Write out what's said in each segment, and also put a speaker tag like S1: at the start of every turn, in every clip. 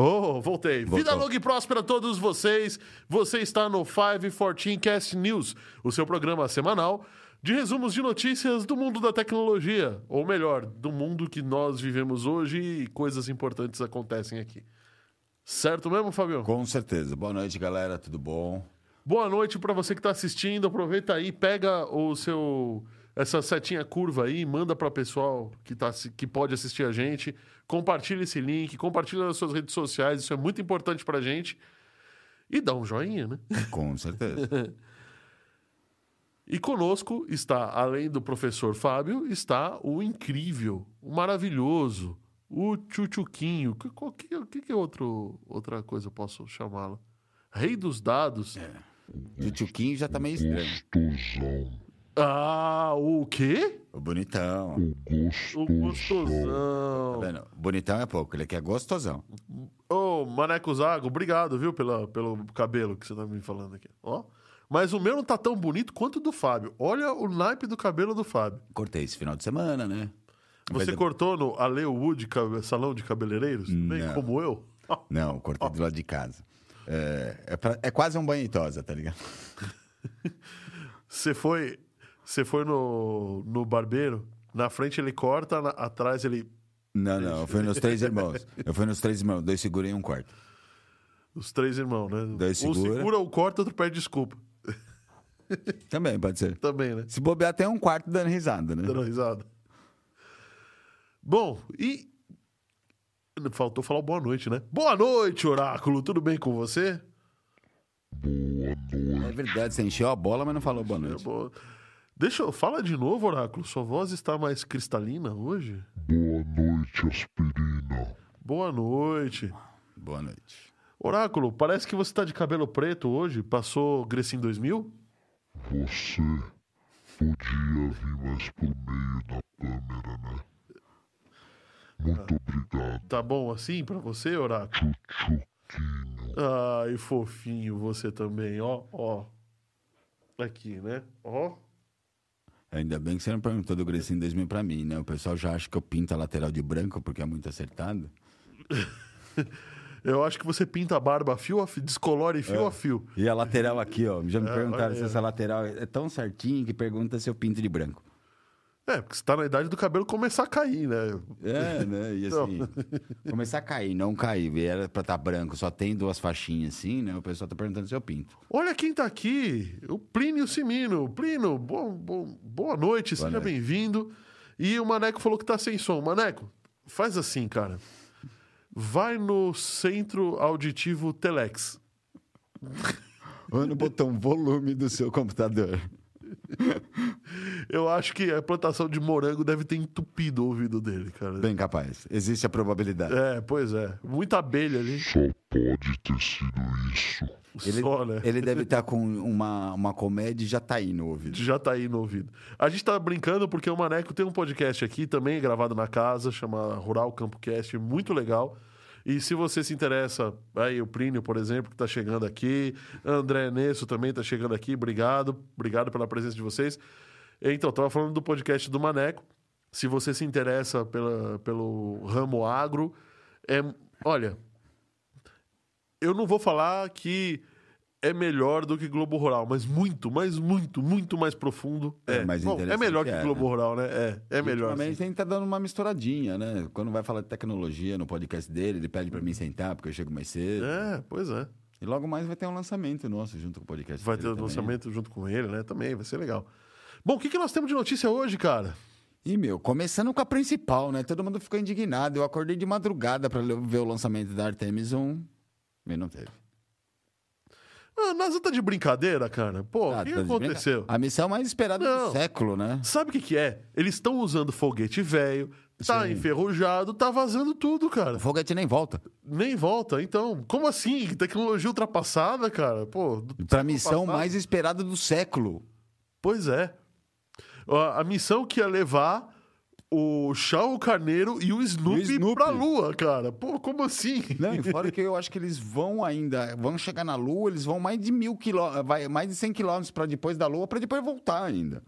S1: Oh, voltei. Vida longa e próspera a todos vocês. Você está no 514 Cast News, o seu programa semanal de resumos de notícias do mundo da tecnologia, ou melhor, do mundo que nós vivemos hoje e coisas importantes acontecem aqui. Certo mesmo, Fabião?
S2: Com certeza. Boa noite, galera. Tudo bom?
S1: Boa noite para você que está assistindo. Aproveita aí, pega o seu essa setinha curva aí, manda para o pessoal que, tá, que pode assistir a gente. Compartilha esse link, compartilha nas suas redes sociais, isso é muito importante para gente. E dá um joinha, né?
S2: Com certeza.
S1: e conosco está, além do professor Fábio, está o incrível, o maravilhoso, o Tchutchuquinho. O que, que, que, outro, outra coisa eu posso chamá-lo? Rei dos dados. É.
S2: Do Tchuquinho já tá meio estranho.
S3: Gostosão.
S1: Ah, o quê?
S2: O bonitão.
S3: O gostosão.
S1: O gostosão.
S2: Tá vendo? Bonitão é pouco, ele aqui é gostosão.
S1: Ô, Maneco Zago, obrigado, viu, pela, pelo cabelo que você tá me falando aqui. Ó. Mas o meu não tá tão bonito quanto o do Fábio. Olha o naipe do cabelo do Fábio.
S2: Cortei esse final de semana, né?
S1: Você
S2: Mas-
S1: cortou no Ale Wood Cabe- Salão de Cabeleireiros? Bem
S2: Não.
S1: como eu?
S2: Não, cortei do lado de casa. É, é, pra- é quase um banho em tosa, tá ligado?
S1: Você foi, você foi no, no barbeiro, na frente ele corta, na- atrás ele.
S2: Não, não, eu fui nos três irmãos. Eu fui nos três irmãos, dois segurei um quarto.
S1: Os três irmãos, né?
S2: Dois
S1: um
S2: segura.
S1: segura, um corta, outro pede desculpa.
S2: Também pode ser.
S1: Também, né?
S2: Se bobear, tem um quarto dando risada, né?
S1: Dando risada. Bom, e. Faltou falar boa noite, né? Boa noite, Oráculo! Tudo bem com você?
S2: É verdade, você encheu a bola, mas não falou boa noite.
S1: Boa- Deixa eu. Fala de novo, Oráculo. Sua voz está mais cristalina hoje?
S3: Boa noite, aspirina.
S1: Boa noite.
S2: Boa noite.
S1: Oráculo, parece que você tá de cabelo preto hoje. Passou Grecin 2000?
S3: Você podia vir mais pro meio da câmera, né? Muito obrigado,
S1: Tá bom assim pra você, Oráculo?
S3: Chuchuquinho.
S1: Ai, fofinho você também, ó, ó. Aqui, né? Ó.
S2: Ainda bem que você não perguntou do Grecinho 2000 pra mim, né? O pessoal já acha que eu pinto a lateral de branco porque é muito acertado.
S1: Eu acho que você pinta a barba fio a fio, descolore
S2: É.
S1: fio a fio.
S2: E a lateral aqui, ó. Já me
S1: É,
S2: perguntaram
S1: olha
S2: se
S1: aí.
S2: essa lateral é tão certinha que pergunta se eu pinto de branco.
S1: É, porque você tá na idade do cabelo começar a cair, né?
S2: É, né? E
S1: Então.
S2: assim, começar a cair, não cair. Era pra estar branco, só tem duas faixinhas assim, né? O pessoal tá perguntando se eu pinto.
S1: Olha quem tá aqui, o Plínio Simino. Plínio, bom, bom- boa noite,
S2: Boa
S1: seja
S2: noite.
S1: bem-vindo. E o Maneco falou que tá sem som. Maneco, faz assim, cara. Vai no Centro Auditivo Telex.
S2: Ou no
S1: um
S2: botão volume do seu computador.
S1: Eu acho que a plantação de morango deve ter entupido o ouvido dele, cara.
S2: Bem capaz. Existe a probabilidade.
S1: É, pois é. Muita abelha ali.
S3: Só pode ter sido isso.
S2: Ele,
S1: só, né?
S2: ele deve estar com uma, uma comédia e já tá aí no ouvido.
S1: Já tá aí no ouvido. A gente tá brincando porque o Maneco tem um podcast aqui também gravado na casa, chama Rural Campo Cast, muito legal. E se você se interessa, aí o Plínio, por exemplo, que tá chegando aqui, André Nesso também tá chegando aqui, obrigado, obrigado pela presença de vocês. Então, tava falando do podcast do Maneco. Se você se interessa pela, pelo ramo agro, é, olha, eu não vou falar que é melhor do que Globo Rural, mas muito, mas muito, muito mais profundo. É,
S2: É, mais
S1: Bom, é
S2: interessante
S1: melhor que
S2: é,
S1: Globo
S2: né?
S1: Rural, né? É, é melhor.
S2: Ultimamente
S1: sim.
S2: tem que tá dando uma misturadinha, né? Quando vai falar de tecnologia no podcast dele, ele pede pra mim sentar porque eu chego mais cedo.
S1: É, pois é.
S2: E logo mais vai ter um lançamento nosso junto com o podcast.
S1: Vai ter
S2: dele
S1: o
S2: também.
S1: lançamento junto com ele, né? Também, vai ser legal. Bom, o que, que nós temos de notícia hoje, cara?
S2: E, meu, começando com a principal, né? Todo mundo ficou indignado. Eu acordei de madrugada pra le- ver o lançamento da Artemis 1. E não teve.
S1: Ah, a NASA tá de brincadeira, cara. Pô, o
S2: Ah,
S1: que,
S2: tá de
S1: aconteceu?
S2: brinca- A missão mais esperada
S1: Não.
S2: do século, né?
S1: Sabe o que, que é? Eles estão usando foguete velho, tá
S2: Sim.
S1: enferrujado, tá vazando tudo, cara.
S2: O foguete nem volta.
S1: Nem volta, então. Como assim? Tecnologia ultrapassada, cara? Pô, do
S2: Pra
S1: século
S2: missão
S1: passado.
S2: mais esperada do século.
S1: Pois é. A, a missão que ia levar o Chão Carneiro e o Snoopy,
S2: Snoopy.
S1: pra Lua, cara. Pô, como assim?
S2: Não, e fora que eu acho que eles vão ainda, vão chegar na Lua, eles vão mais de mil quilômetros, vai mais de 100 quilômetros pra depois da Lua, pra depois voltar ainda.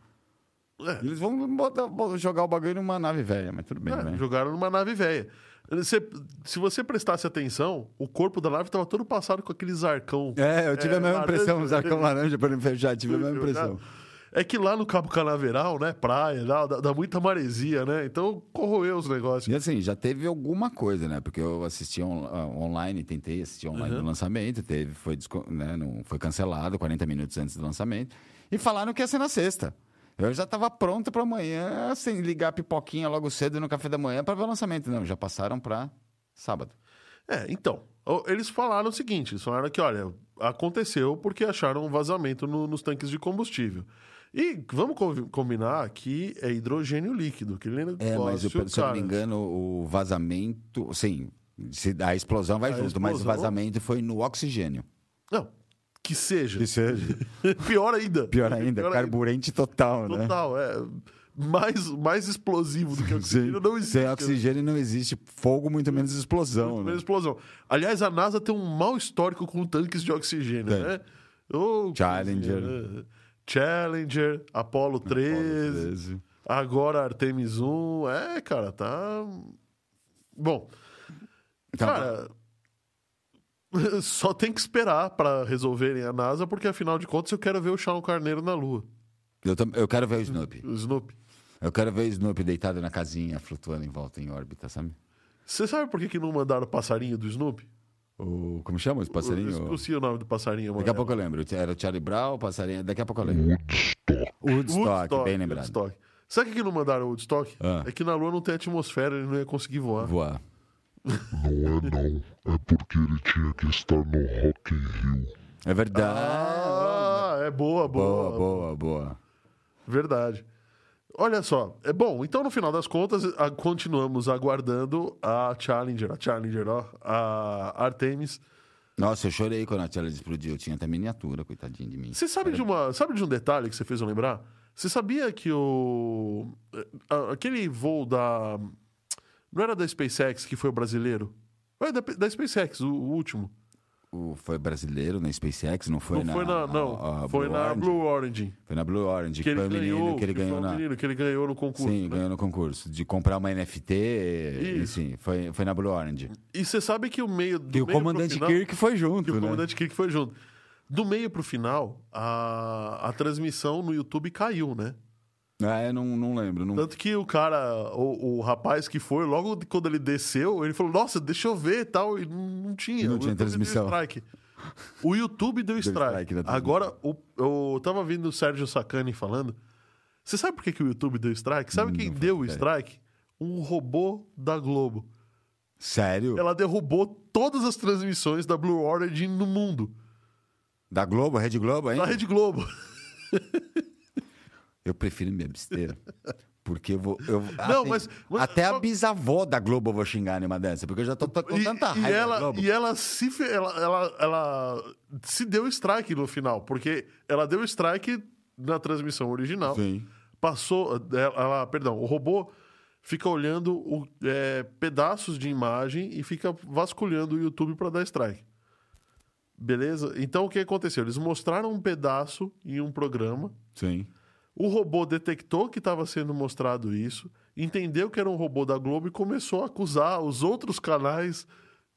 S1: É.
S2: Eles vão botar- bo- jogar o bagulho numa nave velha, mas tudo bem,
S1: É,
S2: né?
S1: jogaram numa nave velha. Você- se você prestasse atenção, o corpo da nave tava todo passado com aqueles arcão.
S2: É, eu tive a mesma
S1: laranja.
S2: impressão, os arcão laranja pra me fechar, tive a mesma
S1: jogado.
S2: impressão.
S1: É que lá no Cabo Canaveral, né? Praia, lá, dá, dá muita maresia, né? Então corroeu os negócios.
S2: E assim, já teve alguma coisa, né? Porque eu assisti on- ah, online, tentei assistir online
S1: Uhum.
S2: do lançamento, teve, foi, desco- né? não, foi cancelado 40 minutos antes do lançamento. E falaram que ia ser na sexta. Eu já estava pronto para amanhã, sem ligar a pipoquinha logo cedo no café da manhã para ver o lançamento. Não, já passaram para sábado.
S1: É, então. o- Eles falaram o seguinte: eles falaram que, olha, aconteceu porque acharam um vazamento no- nos tanques de combustível. E vamos co- combinar que é hidrogênio líquido, que ele
S2: É, mas eu, se eu
S1: né?
S2: não me engano, o vazamento. Sim, se- a explosão vai
S1: A
S2: junto, mas o
S1: explosão-
S2: vazamento foi no oxigênio.
S1: Não, que seja.
S2: Que seja.
S1: Pior ainda.
S2: Pior ainda, carburante total, né?
S1: Total, é. Mais, mais explosivo do que
S2: Sem,
S1: oxigênio não existe.
S2: sem
S1: né?
S2: oxigênio não existe fogo, muito menos explosão. né?
S1: Primeira explosão. Aliás, a NASA tem um mau histórico com tanques de oxigênio,
S2: Tem.
S1: né? Ô,
S2: Challenger.
S1: coisinha, né? Challenger, Apollo
S2: né?
S1: 13,
S2: Apolo 13.
S1: agora Artemis 1. É, cara, tá. Bom,
S2: Então,
S1: cara. Só tem que esperar pra resolverem a NASA, porque afinal de contas eu quero ver o Shawn Carneiro na Lua.
S2: eu, tam- eu quero ver o Snoopy.
S1: O Snoopy.
S2: Eu quero ver o Snoopy deitado na casinha, flutuando em volta em órbita, sabe?
S1: Você sabe por que, que não mandaram o passarinho do Snoopy?
S2: O, como chama esse
S1: Eu
S2: passarinho?
S1: esqueci o nome do passarinho,
S2: Daqui a
S1: amarelo.
S2: pouco eu lembro. Era o Charlie Brown, o passarinho. Daqui a pouco eu lembro.
S3: Woodstock.
S2: Woodstock, bem lembrado.
S1: Woodstock. Sabe o que que não mandaram o Woodstock?
S2: Ah.
S1: É que na Lua não tem atmosfera, ele não ia conseguir voar.
S2: Voar.
S3: Não é não. É porque ele tinha que estar no Rock in Rio.
S2: É verdade.
S1: Ah, é boa, boa,
S2: né? boa, boa, boa.
S1: Verdade. Olha só, é bom, então no final das contas, a- continuamos aguardando a Challenger, a Challenger, ó, a Artemis.
S2: Nossa, eu chorei quando a Charlie explodiu. Tinha até miniatura, coitadinho de mim.
S1: Você sabe de uma, sabe de um detalhe que você fez eu lembrar? Você sabia que o a- aquele voo da não era da SpaceX que foi o brasileiro? É da, da SpaceX, o- o último.
S2: O, foi brasileiro na SpaceX? Não foi
S1: não
S2: na.
S1: foi na.
S2: a-
S1: Não,
S2: a
S1: foi
S2: Blue
S1: na
S2: Origin?
S1: Blue Origin.
S2: Foi na Blue Orange,
S1: Que ele
S2: foi o menino
S1: ganhou.
S2: que ele ganhou
S1: foi um
S2: na.
S1: menino que ele ganhou no concurso.
S2: Sim,
S1: né?
S2: ganhou no concurso. De comprar uma NFT, e,
S1: Isso.
S2: sim, foi, foi na Blue Orange.
S1: E você sabe que o meio do.
S2: E
S1: meio
S2: o
S1: pro
S2: comandante
S1: final,
S2: Kirk foi
S1: que
S2: junto,
S1: o
S2: né?
S1: comandante Kirk foi junto. Do meio pro final, a, a transmissão no YouTube caiu, né?
S2: Ah, eu não, não lembro. Não...
S1: Tanto que o cara, o, o rapaz que foi, logo de- quando ele desceu, ele falou: Nossa, deixa eu ver e tal. E não, não tinha.
S2: Não
S1: O
S2: tinha
S1: YouTube deu
S2: transmissão.
S1: strike. O YouTube deu strike.
S2: strike na transmissão.
S1: Agora, o- eu tava vendo o Sérgio Sacani falando. Você sabe por que, que o YouTube deu strike?
S2: Hum,
S1: Sabe quem deu o strike? Um robô da Globo.
S2: Sério?
S1: Ela derrubou todas as transmissões da Blue Origin no mundo.
S2: Da Globo, Rede Globo, hein?
S1: Da Rede Globo.
S2: Eu prefiro me abster. Porque eu vou. Eu,
S1: Não, mas- mas-
S2: Até a bisavó da Globo eu vou xingar numa dessa, porque eu já tô, tô com
S1: E-
S2: tanta
S1: e,
S2: raiva da
S1: ela,
S2: Globo.
S1: e ela se fe- ela, ela, ela se deu strike no final, porque ela deu strike na transmissão original.
S2: Sim.
S1: Passou, ela- ela, perdão, o robô fica olhando o- é, pedaços de imagem e fica vasculhando o YouTube para dar strike. Beleza? Então o que aconteceu? Eles mostraram um pedaço em um programa.
S2: Sim.
S1: O robô detectou que estava sendo mostrado isso, entendeu que era um robô da Globo e começou a acusar os outros canais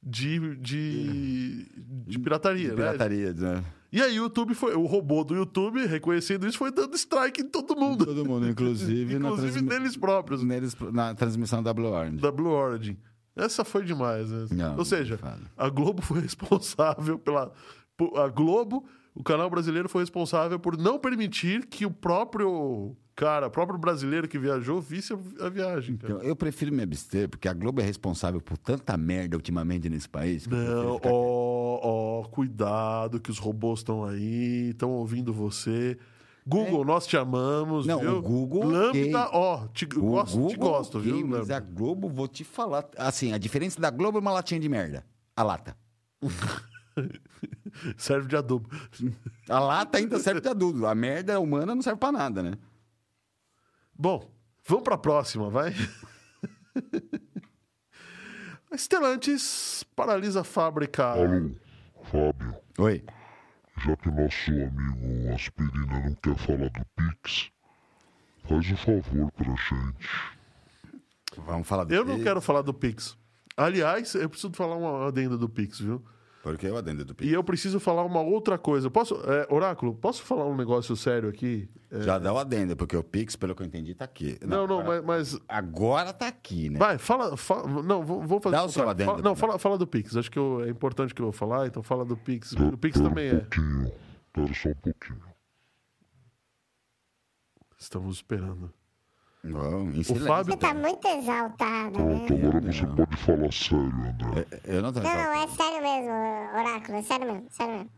S1: de, de, de pirataria, né?
S2: Pirataria, né?
S1: E aí o YouTube foi. O robô do YouTube, reconhecendo isso, foi dando strike em todo mundo.
S2: Todo mundo, inclusive, na,
S1: inclusive
S2: transmi-
S1: neles próprios,
S2: neles- na transmissão da Blue Orange.
S1: da Blue Origin. Essa foi demais, né?
S2: Não,
S1: Ou seja,
S2: não fala.
S1: a Globo foi responsável pela. por- A Globo, o canal brasileiro foi responsável por não permitir que o próprio cara, o próprio brasileiro que viajou, visse a a viagem. cara.
S2: Então, eu prefiro me abster, porque a Globo é responsável por tanta merda ultimamente nesse país. que eu prefiro
S1: Não,
S2: ficar
S1: ó, ó, cuidado que os robôs estão aí, estão ouvindo você. Google, nós te amamos,
S2: Não,
S1: viu?
S2: o Google,
S1: Lambda,
S2: ok.
S1: ó, te,
S2: O
S1: gosto, te
S2: Google,
S1: gosto,
S2: ok,
S1: viu?
S2: Mas
S1: Lambda?
S2: a Globo, vou te falar. Assim, a diferença da Globo é uma latinha de merda. A lata.
S1: Serve de adubo.
S2: A lata ainda serve pra tudo. A merda humana não serve pra nada, né?
S1: Bom, vamos pra próxima, vai. A Stellantis paralisa a fábrica.
S3: Alô, Fábio,
S2: Oi.
S3: já que nosso amigo Aspirina não quer falar do Pix, faz um favor pra gente.
S2: Vamos falar do
S1: Eu não quero falar do Pix. Aliás, eu preciso falar uma adenda do Pix, viu?
S2: Porque eu adendo do
S1: E eu preciso falar uma outra coisa. Posso, é, Oráculo, posso falar um negócio sério aqui? É,
S2: Já dá o adendo, porque o Pix, pelo que eu entendi, tá aqui.
S1: não, não,
S2: agora,
S1: mas, mas-
S2: agora tá aqui, né?
S1: Vai, fala. fa- não, vou, vou fazer.
S2: Dá
S1: o
S2: o seu
S1: contrário.
S2: adendo.
S1: Fala- não, fala, fala do Pix. Acho que eu- é importante que eu vou falar, então fala do Pix. O Pix
S3: Pera
S1: também
S3: um
S1: é.
S3: pouquinho, pera só um pouquinho.
S1: Estamos esperando.
S2: Não, em
S1: O
S2: silêncio.
S1: Fábio.
S4: Você tá muito exaltado, né?
S3: Pronto, agora você pode falar sério, André.
S2: Eu não tô
S4: Não, não, é sério mesmo, Oráculo, é sério mesmo, sério mesmo.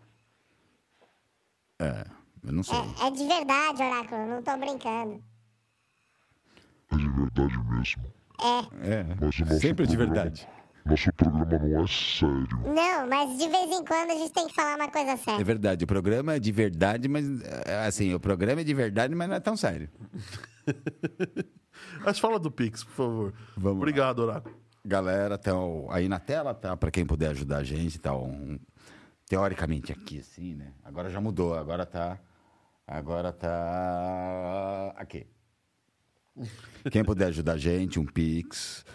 S2: É, eu não sei.
S4: É, é de verdade, Oráculo, não tô brincando.
S3: É de verdade mesmo. Mas o
S2: É.
S3: nosso
S2: Sempre de
S3: programa-
S2: verdade.
S3: Nosso programa não é sério.
S4: Não, mas de vez em quando a gente tem que falar uma coisa
S2: É
S4: séria.
S2: verdade. O programa é de verdade, mas. é, Assim, o programa é de verdade, mas não é tão sério.
S1: Mas fala do Pix, por favor.
S2: Vamos lá.
S1: Obrigado, Oráculo.
S2: Galera, tá o- aí na tela, tá? Pra quem puder ajudar a gente, tá um. Teoricamente aqui, assim, né? Agora já mudou, agora tá. Agora tá. Aqui. Quem puder ajudar a gente, um Pix.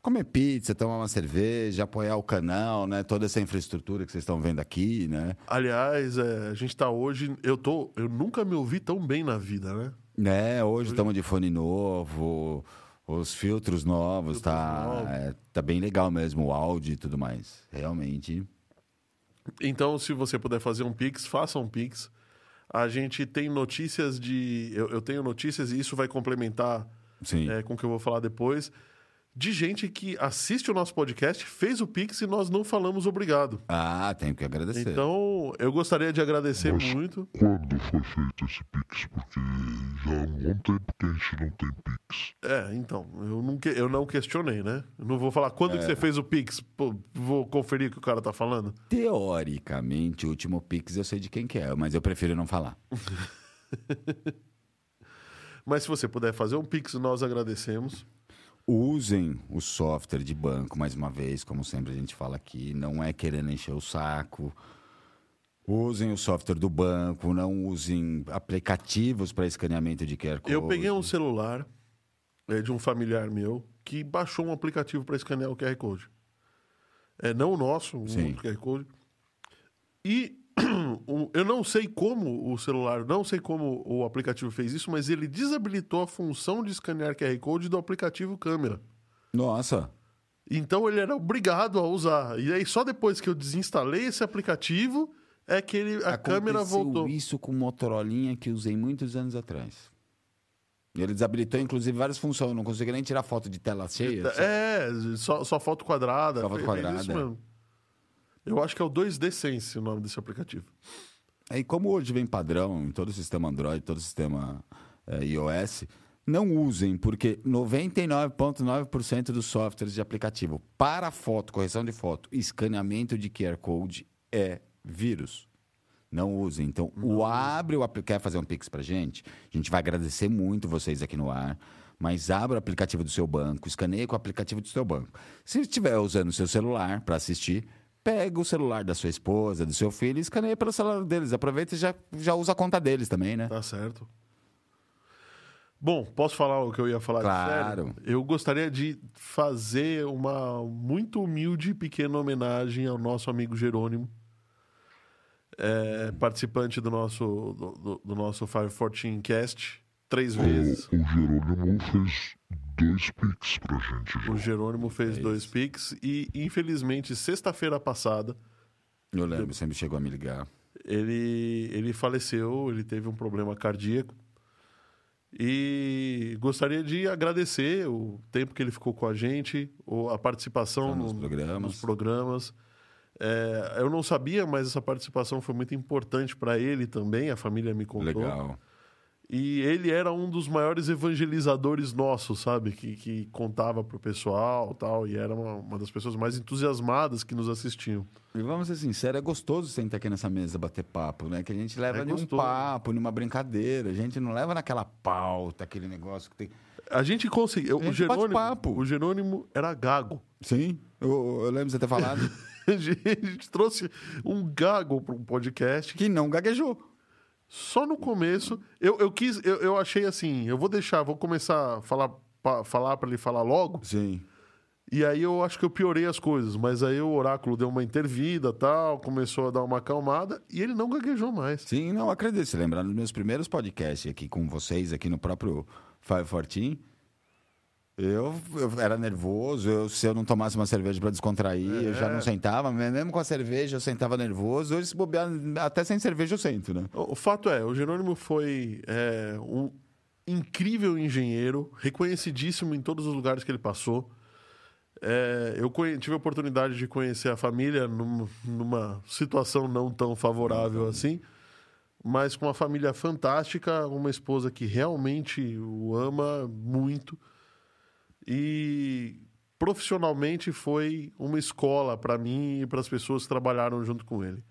S2: Comer pizza, tomar uma cerveja, apoiar o canal, né? Toda essa infraestrutura que vocês estão vendo aqui, né?
S1: Aliás, é, a gente tá hoje. Eu tô. Eu nunca me ouvi tão bem na vida, né?
S2: Né, hoje estamos de fone novo, os filtros novos, tá,
S1: novos.
S2: é, tá bem legal mesmo, o áudio e tudo mais. Realmente.
S1: Então, se você puder fazer um Pix, faça um Pix. A gente tem notícias de. Eu, eu tenho notícias e isso vai complementar
S2: Sim.
S1: é, com o que eu vou falar depois. De gente que assiste o nosso podcast, fez o Pix e nós não falamos obrigado.
S2: Ah, tenho que agradecer.
S1: Então, eu gostaria de agradecer
S3: Mas-
S1: muito.
S3: Quando foi feito esse Pix? Porque já há um bom tempo que a gente não tem Pix.
S1: É, então, eu não, que- eu não questionei, né? Eu não vou falar quando que você fez o Pix. Pô, vou conferir o que o cara tá falando.
S2: Teoricamente, o último Pix eu sei de quem que é, mas eu prefiro não falar.
S1: Mas se você puder fazer um Pix, nós agradecemos.
S2: Usem o software de banco, mais uma vez, como sempre a gente fala aqui, não é querendo encher o saco. Usem o software do banco, não usem aplicativos para escaneamento de QR Code.
S1: Eu peguei um celular é, de um familiar meu que baixou um aplicativo para escanear o QR Code. É, não o nosso, um
S2: Sim.
S1: outro QR Code. E o- eu não sei como o celular, não sei como o aplicativo fez isso, mas ele desabilitou a função de escanear QR Code do aplicativo câmera. um
S2: Nossa!
S1: Então ele era obrigado a usar. E aí só depois que eu desinstalei esse aplicativo é que ele, a
S2: Aconteceu
S1: câmera voltou.
S2: isso com Motorolinha que usei muitos anos atrás. Ele desabilitou, inclusive, várias funções. Eu não consegui nem tirar foto de tela cheia. sabe?
S1: É, só, só foto quadrada.
S2: Só foto
S1: Fe- fez
S2: quadrada. é.
S1: isso mesmo. Eu acho que é o 2D Sense o nome desse aplicativo.
S2: É, E como hoje vem padrão em todo o sistema Android, todo o sistema eh, iOS, não usem, porque 99,9% dos softwares de aplicativo para foto, correção de foto, escaneamento de QR Code é vírus. Não usem. Então, o abre o aplicativo. Quer fazer um Pix pra gente? A gente vai agradecer muito vocês aqui no ar. Mas abra o aplicativo do seu banco, escaneie com o aplicativo do seu banco. Se estiver usando o seu celular para assistir, pega o celular da sua esposa, do seu filho e escaneia pelo celular deles. Aproveita e já, já usa a conta deles também, né?
S1: Tá certo? Bom, posso falar o que eu ia falar de
S2: Claro.
S1: sério? Eu gostaria de fazer uma muito humilde e pequena homenagem ao nosso amigo Jerônimo, é, participante do nosso, do, do- do nosso 514 Cast, três vezes.
S3: O, o Jerônimo fez dois Pix pra gente.
S1: O
S2: Uh.
S3: Já.
S1: Jerônimo fez dois piques e, infelizmente, sexta-feira passada,
S2: Eu lembro, sempre chegou a me ligar. tá
S1: ele, ele faleceu, ele teve um problema cardíaco. E gostaria de agradecer o tempo que ele ficou com a gente, o- a participação
S2: Então, Nos
S1: no-
S2: um programas.
S1: nos programas. É, eu não sabia, mas essa participação foi muito importante para ele também, a família me contou.
S2: Legal.
S1: E ele era um dos maiores evangelizadores nossos, sabe? Que, que contava pro pessoal tal, e era uma, uma das pessoas mais entusiasmadas que nos assistiam.
S2: E vamos ser sinceros, é gostoso sentar aqui nessa mesa bater papo, né? Que a gente leva
S1: É
S2: ali um
S1: gostoso.
S2: papo, numa brincadeira. A gente não leva naquela pauta, aquele negócio que tem.
S1: A gente conseguiu.
S2: gente
S1: O
S2: bate
S1: Jerônimo,
S2: papo.
S1: o Jerônimo era gago.
S2: Sim, eu, eu lembro de você ter falado
S1: A gente trouxe um gago para um podcast.
S2: que não gaguejou.
S1: Só no começo, eu, eu quis, eu, eu achei assim, eu vou deixar, vou começar a falar pa- falar para ele falar logo.
S2: Sim.
S1: E aí eu acho que eu piorei as coisas, mas aí o oráculo deu uma intervida, tal, começou a dar uma acalmada e ele não gaguejou mais.
S2: Sim, não, acredito. Se lembrar dos meus primeiros podcasts aqui com vocês, aqui no próprio Five Fortin, eu, eu era nervoso. Eu, se eu não tomasse uma cerveja para descontrair, eu já não sentava. mas Mesmo com a cerveja, eu sentava nervoso. Hoje, se bobear, até sem cerveja, eu sento, né?
S1: O o fato é, o Jerônimo foi é, um incrível engenheiro, reconhecidíssimo em todos os lugares que ele passou. É, eu conhe- tive a oportunidade de conhecer a família num- numa situação não tão favorável assim, mas com uma família fantástica, uma esposa que realmente o ama muito e profissionalmente foi uma escola para mim e para as pessoas que trabalharam junto com ele.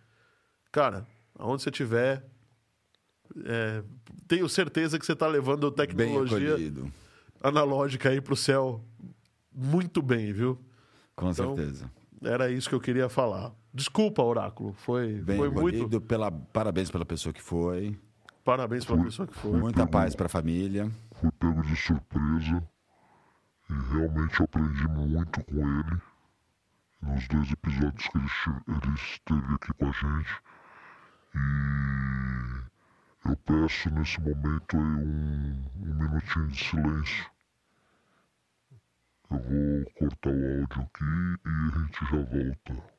S1: Cara, aonde você estiver, é, tenho certeza que você está levando
S2: Bem
S1: tecnologia
S2: acolhido.
S1: analógica aí pro céu muito bem, viu?
S2: Com
S1: Então,
S2: certeza.
S1: Era isso que eu queria falar. Desculpa, Oráculo. Foi,
S2: Bem
S1: foi
S2: acolhido.
S1: muito.
S2: Pela, parabéns pela pessoa que foi.
S1: Parabéns pela pessoa que foi.
S2: Muita paz para a família.
S3: Fui pego de surpresa e realmente aprendi muito com ele. Nos dois episódios que ele, esti- ele esteve aqui com a gente. E eu peço nesse momento aí um, um minutinho de silêncio. Eu vou cortar o áudio aqui e a gente já volta.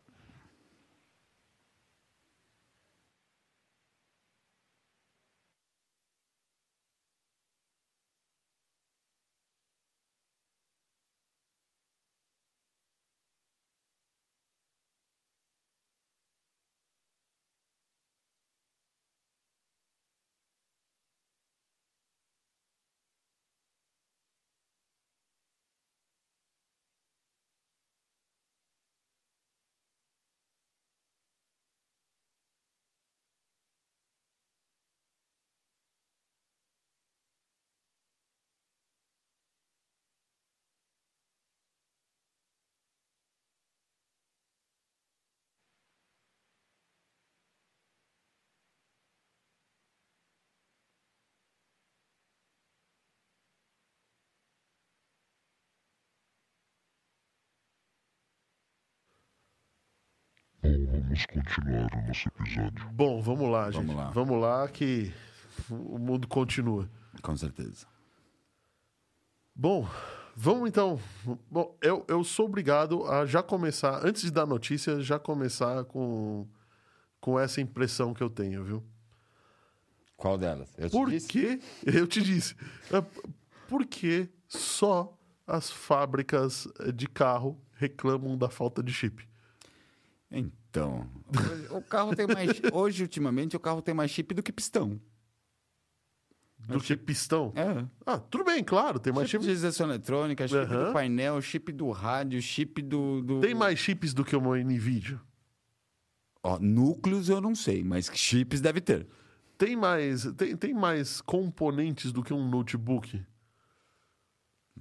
S3: Bom, vamos continuar o nosso episódio.
S1: Bom, vamos lá, gente.
S2: Vamos
S1: Vamos lá,
S2: lá.
S1: que o mundo continua.
S2: Com certeza.
S1: Bom, vamos então. Bom, eu, eu sou obrigado a já começar, antes de dar notícia, já começar com, com essa impressão que eu tenho, viu?
S2: Qual delas? Eu te
S1: Por
S2: disse?
S1: que? Eu te disse. É, Por que só as fábricas de carro reclamam da falta de chip?
S2: Então, hoje- o carro tem mais. Hoje, ultimamente, o carro tem mais chip do que pistão.
S1: Do que pistão?
S2: É.
S1: Ah, tudo bem, claro, tem mais
S2: chip
S1: chips.
S2: Tipo de gestão eletrônica, chip
S1: Aham.
S2: do painel, chip do rádio, chip do. do-
S1: Tem mais chips do que uma NVIDIA.
S2: Ó, núcleos eu não sei, mas chips deve ter.
S1: Tem mais, tem, tem mais componentes do que um notebook.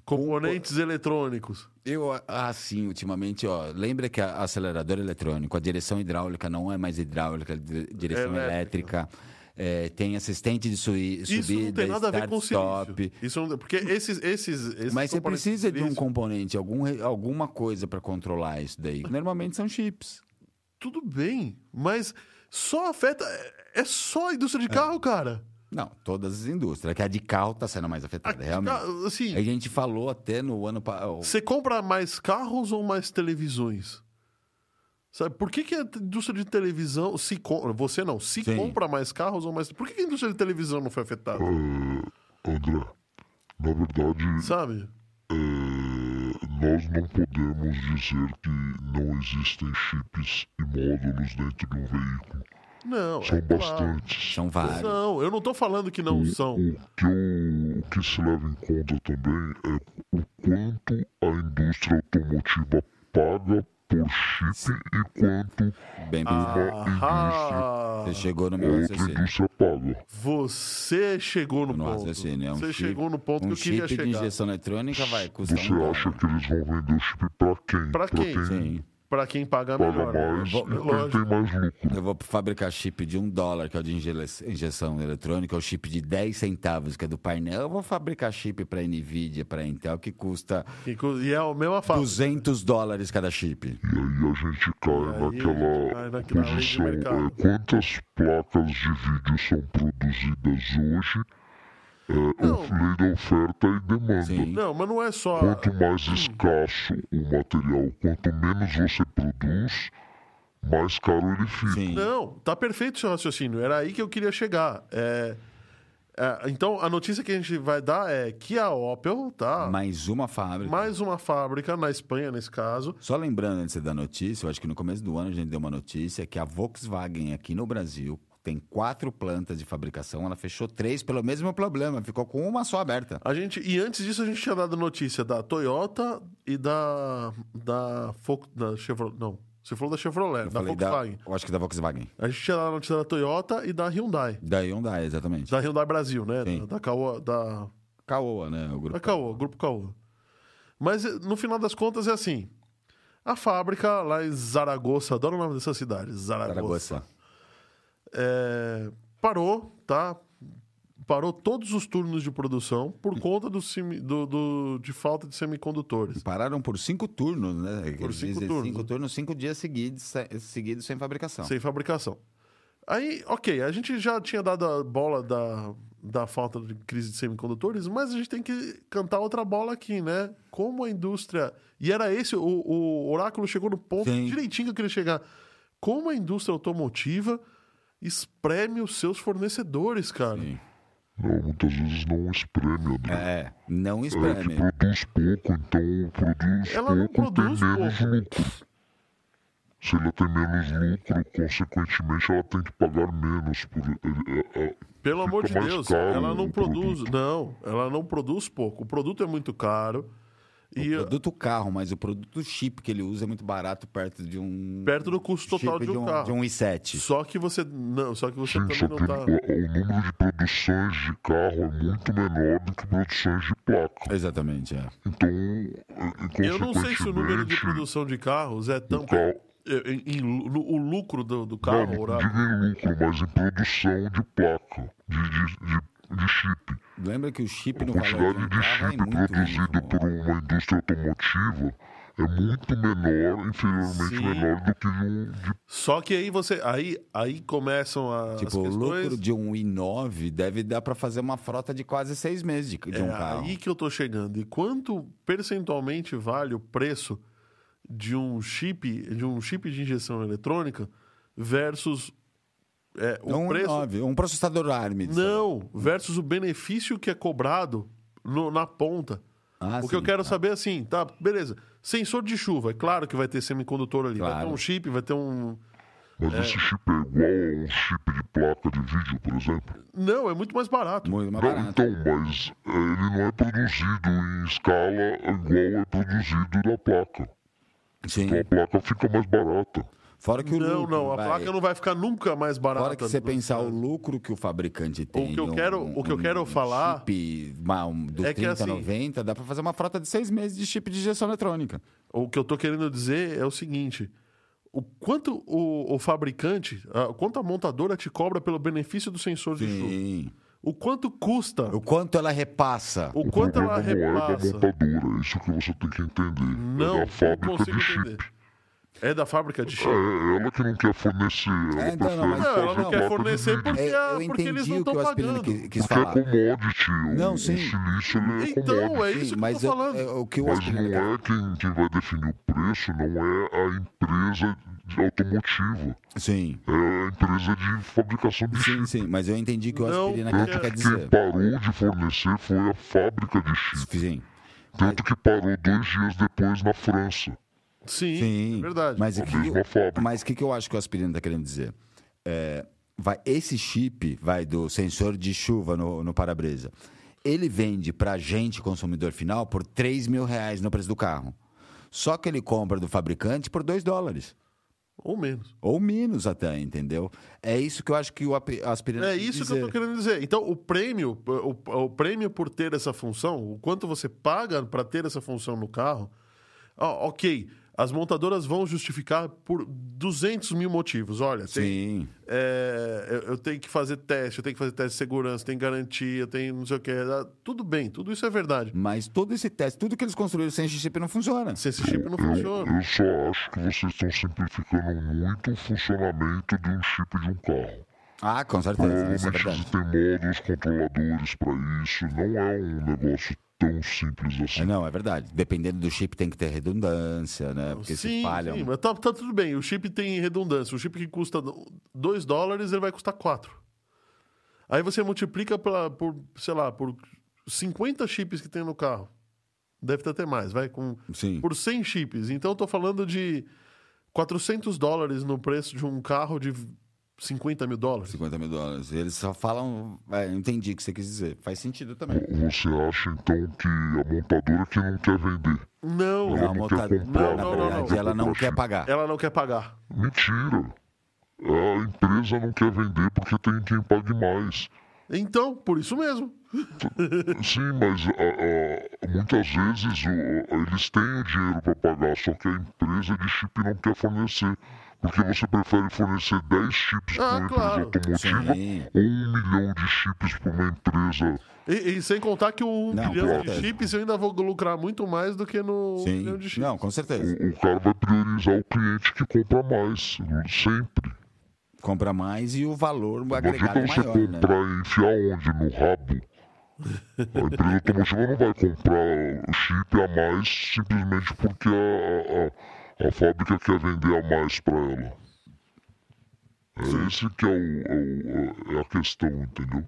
S1: Componentes eletrônicos.
S2: Eu, assim, ultimamente, ó, lembra que a acelerador eletrônico, a direção hidráulica não é mais hidráulica, é di- direção
S1: Elétrica.
S2: elétrica. É, tem assistente de sui- subida,
S1: Isso não tem nada a ver
S2: start,
S1: com
S2: stop.
S1: silício. Isso não, porque esses, esses, esses
S2: Mas você
S1: componentes
S2: precisa de um
S1: silício-
S2: componente, algum, re- alguma coisa para controlar isso daí. Normalmente são chips.
S1: Tudo bem, mas só afeta... é- É só a indústria de carro, cara.
S2: Não, todas as indústrias. É Que a de carro está sendo mais afetada, realmente.
S1: Ca- Assim,
S2: A gente falou até no ano passado.
S1: Você compra mais carros ou mais televisões? Sabe, por que, que a indústria de televisão se compra. Você não, se
S2: Sim.
S1: compra mais carros ou mais. Por que, que a indústria de televisão não foi afetada?
S2: Ah,
S3: É, André, na Ah, verdade,
S1: Sabe?
S3: é, Nós não podemos dizer que não existem chips e módulos dentro de um veículo.
S1: Não,
S3: São
S1: é claro.
S3: bastantes.
S2: São vários.
S1: Não, eu não tô falando que não são.
S3: O que, eu- o que se leva em conta também é o quanto a indústria automotiva paga por chip e quanto
S2: Bem
S1: Ahá!
S2: Você chegou no meu
S3: outra
S2: raciocínio.
S3: indústria paga.
S1: Você chegou no,
S2: No
S1: ponto.
S2: raciocínio. É um
S1: Você
S2: chip,
S1: chegou no ponto
S2: um
S1: que eu queria
S2: chip
S1: chegar.
S2: de injeção eletrônica vai custar
S3: Você
S2: um dólar.
S3: acha que eles vão vender o chip pra quem?
S1: Pra quem?
S2: Sim.
S1: Pra quem paga melhor.
S3: Paga
S1: né?
S3: mais
S2: Vou-
S3: e quem
S1: lógico.
S3: tem mais lucro.
S2: Eu vou fabricar chip de um dólar, que é o de inje- injeção eletrônica, o chip de 10 centavos, que é do painel. Eu vou fabricar chip para NVIDIA, para Intel, que custa
S1: E cu- E é a mesma fase.
S2: 200 dólares cada chip.
S3: E aí a gente cai
S1: gente
S3: naquela
S1: cai naquela lei de
S3: posição.
S1: mercado.
S3: é, quantas placas de vídeo são produzidas hoje? É,
S1: Não.
S3: of- lei da oferta e demanda.
S2: Sim.
S1: Não, mas não é só.
S3: Quanto mais escasso o material, quanto menos você produz, mais caro ele fica.
S2: Sim.
S1: Não, tá perfeito o seu raciocínio. Era aí que eu queria chegar. É, é, então, a notícia que a gente vai dar é que a Opel, tá?
S2: Mais uma fábrica.
S1: Mais uma fábrica, na Espanha, nesse caso.
S2: Só lembrando antes da notícia, eu acho que no começo do ano a gente deu uma notícia que a Volkswagen aqui no Brasil tem quatro plantas de fabricação, ela fechou três pelo mesmo problema, ficou com uma só aberta.
S1: A gente, e antes disso, a gente tinha dado notícia da Toyota e da. Da, Fo- da Chevrolet. Não, você falou da Chevrolet, da
S2: Falei da-
S1: Volkswagen.
S2: eu acho que da Volkswagen.
S1: A gente tinha dado a notícia da Toyota e da Hyundai.
S2: Da Hyundai, exatamente.
S1: Da Hyundai Brasil, né?
S2: Sim.
S1: Da, da, Caoa, da,
S2: Caoa, né? O grupo.
S1: da Caoa, É Grupo Caoa. Mas eh, no final das contas é assim. A fábrica lá em Zaragoza, adoro o nome dessa cidade, Zaragoza.
S2: Zaragoza.
S1: É, parou, tá? Parou todos os turnos de produção por conta do, semi- do- do- de falta de semicondutores.
S2: Pararam por cinco turnos, né? Eles
S1: Por cinco
S2: dizem
S1: turnos.
S2: Cinco turnos, cinco dias seguidos, se- seguidos sem fabricação.
S1: Sem fabricação. Aí, ok, a gente já tinha dado a bola da, da falta de crise de semicondutores, mas a gente tem que cantar outra bola aqui, né? Como a indústria. E era esse, o, o Oráculo chegou no ponto
S2: Sim.
S1: direitinho que eu queria chegar. Como a indústria automotiva espreme os seus fornecedores, cara.
S2: Sim.
S3: Não, muitas vezes não espreme, André.
S2: É, não
S3: Ela que
S2: espreme.
S3: produz pouco, então produz
S1: Ela não
S3: pouco
S1: produz
S3: tem menos
S1: pouco.
S3: lucro. Se ela tem menos lucro, consequentemente ela tem que pagar menos por. é, é, é,
S1: Pelo amor de
S3: Fica mais
S1: Deus,
S3: caro
S1: ela não
S3: o
S1: produz. Não, ela não produz pouco. O produto é muito caro. E
S2: O produto carro, mas o produto chip que ele usa é muito barato perto de um.
S1: perto do custo total
S2: chip
S1: de um carro.
S2: De um i7.
S1: Só que você. Não, só que você
S3: Sim, só
S1: também não
S3: que
S1: tá.
S3: o, o número de produções de carro é muito menor do que produções de placa.
S2: Exatamente, é.
S3: Então, é, é,
S1: Eu não sei se o número de
S3: consequentemente,
S1: produção de carros é tão.
S3: o carro-
S1: é, em- em lu- o lucro do, do
S3: Não,
S1: carro,
S3: não
S1: Horácio.
S3: digo em lucro, mas em produção de placa, de, de, de, de chip.
S2: Lembra que o chip no valor de
S3: quantidade
S2: um
S3: de
S2: carro é
S3: chip
S2: muito
S3: produzido por
S2: ínfimo.
S3: uma indústria automotiva é muito menor, inferiormente
S1: Sim.
S3: menor do que um de
S1: Só que aí você. Aí, aí começam as
S2: Tipo, o
S1: questões.
S2: lucro de um i9 deve dar pra fazer uma frota de quase seis meses de, de um
S1: é
S2: carro.
S1: aí que eu tô chegando. E quanto percentualmente vale o preço de um chip, de um chip de injeção eletrônica versus é, o
S2: um
S1: preço?
S2: i9, um processador ARM. sei lá.
S1: Não, versus o benefício que é cobrado no- na ponta.
S2: Ah,
S1: o que eu
S2: sim.
S1: quero saber é assim, tá, beleza. Sensor de chuva, é claro que vai ter semicondutor ali, vai
S2: Claro.
S1: ter um chip, vai ter um
S3: Mas esse chip é igual a um chip de placa de vídeo, por exemplo?
S1: Não, é muito mais barato.
S2: Muito mais
S3: Não,
S2: barato.
S3: então, mas eh, ele não é produzido em escala igual é produzido na placa.
S2: Sim.
S3: Então a placa fica mais barata.
S2: Fora que o
S1: Não,
S2: lucro.
S1: não, a
S2: vai-
S1: placa não vai ficar nunca mais barata.
S2: Fora que você pensar o lucro que o fabricante tem.
S1: que eu
S2: um-
S1: quero- o que eu quero
S2: um
S1: falar
S2: Chip uma- um, do
S1: é que
S2: 30,
S1: assim-
S2: 90, dá pra fazer uma frota de seis meses de chip de injeção eletrônica.
S1: O que eu tô querendo dizer é o seguinte: o quanto o, o fabricante, a, quanto a montadora te cobra pelo benefício do sensor de chuva,
S2: Sim.
S1: o quanto custa,
S2: O quanto ela repassa.
S1: o quanto ela
S3: problema não é da
S1: repassa.
S3: montadora, isso que você tem que entender.
S1: Não,
S3: é da
S1: não
S3: fábrica
S1: consigo
S3: de chip.
S1: entender. É da fábrica de
S3: É,
S1: chip?
S3: é ela que não quer fornecer, ela
S2: É, então,
S3: prefere
S2: não, mas-
S1: Não, ela
S3: fazer
S1: não quer
S3: placa de
S1: fornecer
S3: vídeo.
S1: porque,
S2: É,
S1: a-
S2: eu
S1: porque eles
S2: entendi
S1: não
S2: o que
S1: estão
S2: o Aspirino
S1: pagando.
S2: quis, quis
S3: Porque é
S2: falar.
S3: commodity. o-
S2: Não,
S3: o
S2: sim.
S3: silício ele é
S1: Então,
S3: commodity.
S1: é isso que eu tô
S2: mas eu-
S1: falando.
S2: é o que o
S3: Mas
S2: Aspirino quer
S3: não é quem, quem vai definir o preço, não é a empresa de automotiva.
S2: Sim,
S3: É a empresa de fabricação de
S2: sim, é.
S3: chip.
S2: sim. Mas eu entendi que o
S1: Não
S2: aspirina
S1: quer-
S2: quer
S3: Quem
S2: dizer.
S3: parou de fornecer foi a fábrica de chip.
S2: Sim.
S3: Tanto que parou dois dias depois na França.
S1: Sim,
S2: Sim,
S1: é verdade.
S2: Mas o
S3: A
S2: que,
S3: mesma fábrica.
S2: mas o que, que eu acho que o aspirina está querendo dizer? É, vai, esse chip vai do sensor de chuva no, no para-brisa. Ele vende para gente, consumidor final, por 3 mil reais no preço do carro. Só que ele compra do fabricante por 2 dólares.
S1: Ou menos.
S2: Ou menos até, entendeu? É isso que eu acho que o api- aspirina
S1: É
S2: quis
S1: isso que
S2: dizer.
S1: eu tô querendo dizer. Então, o prêmio, o, o prêmio por ter essa função, o quanto você paga para ter essa função no carro, ó, ok, as montadoras vão justificar por 200 mil motivos. Olha, tem,
S2: Sim.
S1: é, eu, eu tenho que fazer teste, eu tenho que fazer teste de segurança, tem garantia, tem não sei o que. Tudo bem, tudo isso é verdade.
S2: Mas todo esse teste, tudo que eles construíram sem esse chip não funciona.
S1: Se esse chip não
S3: Eu,
S1: funciona.
S3: eu só acho que vocês estão simplificando muito o funcionamento de um chip de um carro.
S2: Ah, com certeza. Isso é
S3: Provavelmente
S2: verdade.
S3: você tem módulos, controladores para isso. Não é um negócio tão simples
S2: É,
S3: assim.
S2: Não, é verdade. Dependendo do chip, tem que ter redundância, né? Porque se
S1: Sim,
S2: falham.
S1: sim, mas tá, tá tudo bem. O chip tem redundância. O chip que custa 2 dólares, ele vai custar 4. Aí você multiplica pela- por, sei lá, por 50 chips que tem no carro. Deve ter até mais, vai. Com,
S2: Sim.
S1: por 100 chips. Então eu tô falando de 400 dólares no preço de um carro de 50 mil dólares.
S2: 50 mil dólares. Eles só falam. É, entendi o que você quis dizer. Faz sentido também.
S3: Você acha então que a montadora que não quer vender?
S1: Não,
S2: Ela
S3: não
S2: monta-
S3: quer comprar, né? É
S2: na
S1: não, não,
S2: verdade,
S1: não.
S2: ela não quer pagar.
S1: ela não quer pagar.
S3: Mentira! A empresa não quer vender porque tem quem pague mais.
S1: Então, por isso mesmo.
S3: Sim, mas a- a- muitas vezes o- eles têm o dinheiro para pagar, só que a empresa de chip não quer fornecer. Porque você prefere fornecer 10 chips para
S1: Ah,
S3: uma
S1: claro.
S3: empresa automotiva
S2: Sim.
S3: ou um milhão de chips para uma empresa.
S1: E, e sem contar que um
S2: Não, com
S1: bilhão de
S2: certeza.
S1: chips eu ainda vou lucrar muito mais do que no um bilhão de
S2: Sim.
S1: chips.
S2: Não, com certeza.
S3: O, o cara vai priorizar o cliente que compra mais, sempre.
S2: Compra mais e o valor
S3: Não adianta
S2: agregado é
S3: você
S2: maior, né?
S3: comprar e enfiar onde? No rabo? A empresa automotiva não vai comprar o chip a mais simplesmente porque a, a, a- a fábrica quer vender a mais para ela. É esse que é, o, é o- é a questão, entendeu?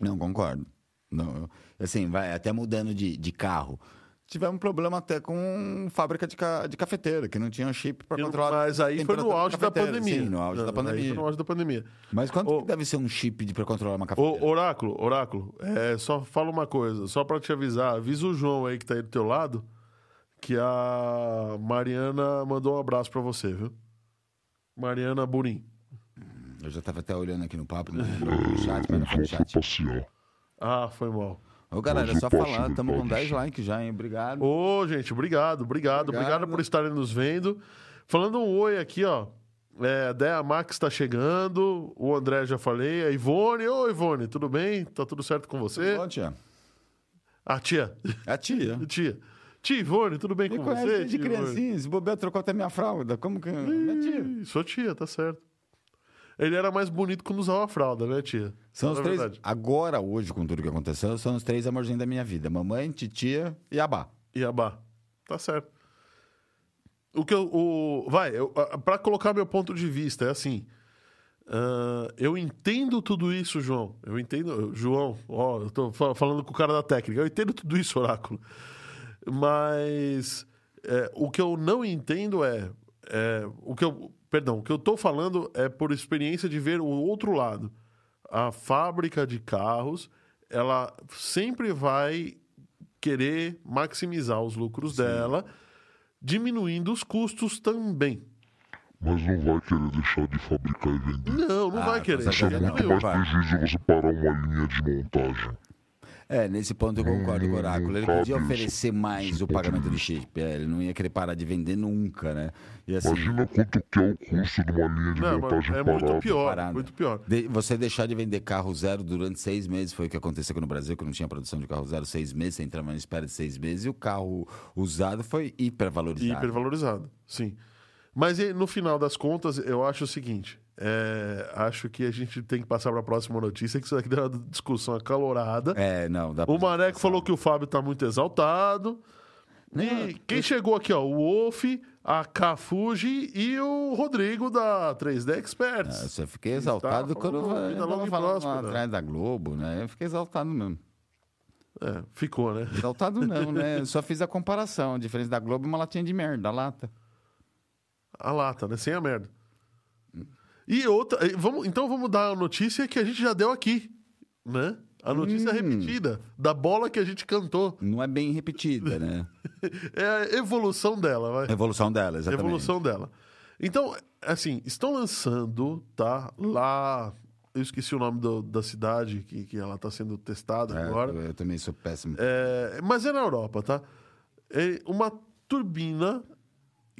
S2: Não, concordo. Não, eu- assim, vai até mudando de, de carro. Tivemos um problema até com fábrica de, ca, de cafeteira, que não tinha um chip para controlar.
S1: Mas aí foi no
S2: temperatura
S1: auge da
S2: cafeteira.
S1: pandemia.
S2: Sim, no auge
S1: Não,
S2: da
S1: aí foi
S2: pandemia.
S1: no auge da pandemia.
S2: Mas quanto
S1: Ô.
S2: que deve ser um chip para controlar uma cafeteira?
S1: Ô, oráculo, oráculo, é, só fala uma coisa, só pra te avisar, avisa o João aí que tá aí do teu lado, que a Mariana mandou um abraço pra você, viu? Mariana Burim.
S2: Eu já tava até olhando aqui no papo, no, no chat, mas não foi no
S3: Vão foi
S2: chat.
S3: passear.
S1: Ah, foi mal.
S2: Ô, galera, é
S3: Mas
S2: só
S3: eu posso
S2: falar, estamos com
S3: voltar
S2: 10
S3: disso.
S2: likes já, hein? Obrigado.
S1: Ô, gente, obrigado, obrigado, obrigado,
S2: Obrigado.
S1: por estarem nos vendo. Falando um oi aqui, ó. É, a Dea Max tá chegando, o André já falei, a Ivone, ô Ivone, tudo bem? Tá tudo certo com você?
S2: Bom, tia.
S1: A tia,
S2: A tia.
S1: tia. Tia Ivone, tudo bem
S2: Me
S1: com
S2: conhece
S1: você?
S2: desde
S1: tia Ivone?
S2: criancinha. Esse bobeira trocou até minha fralda. Como que. Minha tia.
S1: Ih, Sua tia, tá certo. Ele era mais bonito quando usava a fralda, né, tia?
S2: São os
S1: Fala a
S2: três.
S1: verdade.
S2: Agora, hoje, com tudo que aconteceu, são os três amorzinhos da minha vida: mamãe, titia e abá.
S1: E a Bá. Tá certo. O que eu. O... Vai, eu, a- pra colocar meu ponto de vista, é assim. ah, eu entendo tudo isso, João. Eu entendo. eu- João, ó, eu tô fa- falando com o cara da técnica. Eu entendo tudo isso, Oráculo. Mas é, o que eu não entendo é, é, o que eu, perdão, o que eu tô falando é por experiência de ver o outro lado. A fábrica de carros, ela sempre vai querer maximizar os lucros dela, diminuindo os custos também.
S3: Mas não vai querer deixar de fabricar e vender.
S1: Não, não
S2: Ah,
S1: vai
S2: com
S1: querer.
S2: certeza
S1: de jeito
S2: não.
S1: nenhum.
S3: Mais
S2: vai.
S3: prejuízo você parar uma linha de montagem.
S2: É, nesse ponto eu concordo com o Oráculo. Ele
S3: Óbvio,
S2: podia
S3: isso-
S2: oferecer mais o pagamento do chip. É, ele não ia querer parar de vender nunca, né? E assim,
S3: Imagina quanto que é o custo de uma linha de
S1: Não, mas
S3: montagem
S1: é
S3: parada.
S1: muito pior,
S2: parada.
S1: muito pior.
S2: de- você deixar de vender carro zero durante seis meses foi o que aconteceu aqui no Brasil, que não tinha produção de carro zero seis meses, você entrava na espera de seis meses e o carro usado foi
S1: E
S2: hipervalorizado.
S1: hipervalorizado, sim. Mas e, no final das contas, eu acho o seguinte: é, acho que a gente tem que passar para a próxima notícia, que isso aqui deu uma discussão acalorada.
S2: É, não, dá pra-
S1: O Maneco falou que o Fábio tá muito exaltado. E quem chegou aqui, ó? O Wolf, a Kafuji e o Rodrigo da 3D
S3: Ah,
S1: Experts.
S2: É, Eu só fiquei
S1: tá, falando
S2: exaltado quando
S1: da vida
S2: eu tava
S1: longa e
S2: falando lá
S1: próspera.
S2: atrás da Globo, né? Eu fiquei exaltado mesmo.
S1: É, ficou, né?
S2: Exaltado não, né? Eu só fiz a comparação. A diferença da Globo é uma latinha de merda, a lata.
S1: A lata, né? Sem a merda. E outra. eh, Vamos, então vamos dar a notícia que a gente já deu aqui, né? A
S2: Hum.
S1: notícia repetida da bola que a gente cantou.
S2: Não é bem repetida, né?
S1: É a evolução dela, vai.
S2: A evolução dela,
S1: A
S2: exatamente.
S1: evolução dela. Então, assim, estão lançando, tá? Lá. Eu esqueci o nome do- da cidade que, que ela tá sendo testada
S2: É,
S1: agora.
S2: eu, eu também sou péssimo.
S1: É, mas é na Europa, tá? É uma turbina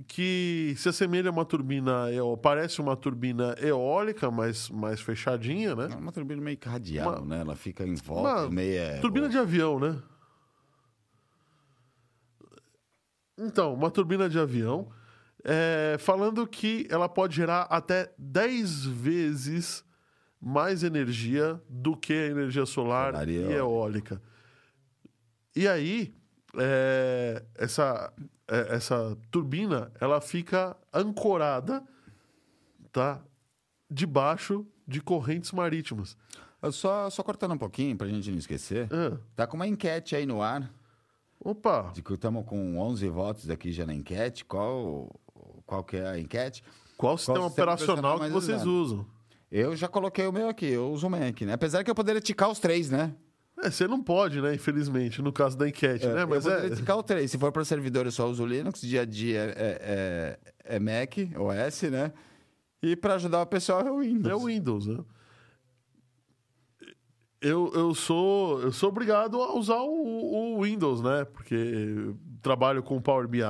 S1: que se assemelha a uma turbina, eó- parece uma turbina eólica, mas mais fechadinha, né?
S2: É uma turbina meio que radial, né? Ela fica em volta,
S1: Uma
S2: meio... é
S1: Turbina de avião, né? Então, uma turbina de avião, é, falando que ela pode gerar até 10 vezes mais energia do que a energia solar,
S2: Solar e
S1: e eólica. E aí, é, essa, é, essa turbina, ela fica ancorada, tá? Debaixo de correntes marítimas.
S2: Eu Só, só cortando um pouquinho, pra gente não esquecer.
S1: Ah,
S2: Tá com uma enquete aí no ar.
S1: opa!
S2: De que estamos com 11 votos aqui já na enquete. Qual, qual que é a enquete?
S1: Qual sistema
S2: sistema
S1: operacional,
S2: operacional mais
S1: que vocês
S2: usado?
S1: usam?
S2: Eu já coloquei o meu aqui, eu uso o Mac, né? Apesar que eu poderia ticar os três, né?
S1: É, você não pode, né? Infelizmente, no caso da enquete, né? Mas
S2: eu
S1: é.
S2: poderia ticar os três. Se for para servidor, eu só uso o Linux. Dia a dia é, é, é Mac, OS, né? E para ajudar o pessoal é o Windows.
S1: É o Windows, né? Eu, eu, sou, eu sou obrigado a usar o, o Windows, né? Porque eu trabalho com o Power BI,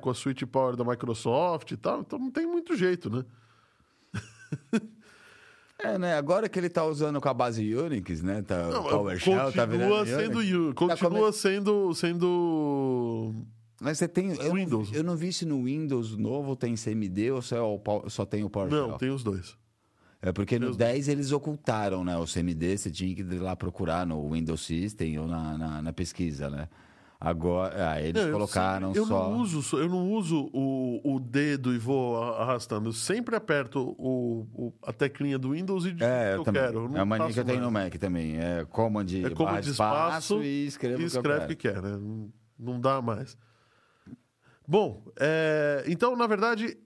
S1: com a Suite Power da Microsoft e tal, então não tem muito jeito, né?
S2: É, né? Agora que ele tá usando com a base Unix, né? Tá,
S1: Não,
S2: PowerShell, tá virando
S1: continua sendo,
S2: Unix.
S1: Yu- continua
S2: come-
S1: sendo, sendo
S2: Mas você tem... eu não-
S1: Windows.
S2: eu não vi se no Windows novo tem CMD ou só, é o Pow- só tem o PowerShell.
S1: Não, tem os dois.
S2: É porque no 10 eles ocultaram, né? O CMD, você tinha que ir lá procurar no Windows System ou na, na, na pesquisa, né? Agora, ah, eles
S1: Não, eu
S2: colocaram
S1: sempre- eu
S2: só.
S1: Não uso, só- eu não uso o, o dedo e vou a- arrastando. Eu sempre aperto o, o- a teclinha do Windows e digito o
S2: é, eu
S1: que eu
S2: também.
S1: quero. Eu não
S2: é uma mania que eu
S1: faço
S2: tenho no
S1: mais.
S2: Mac também. É command,
S1: É como
S2: barra
S1: de espaço,
S2: e
S1: E
S2: escrevo o que eu
S1: escreve o que
S2: quero.
S1: quer, né? Não- Não dá mais. Bom, é, então, na verdade,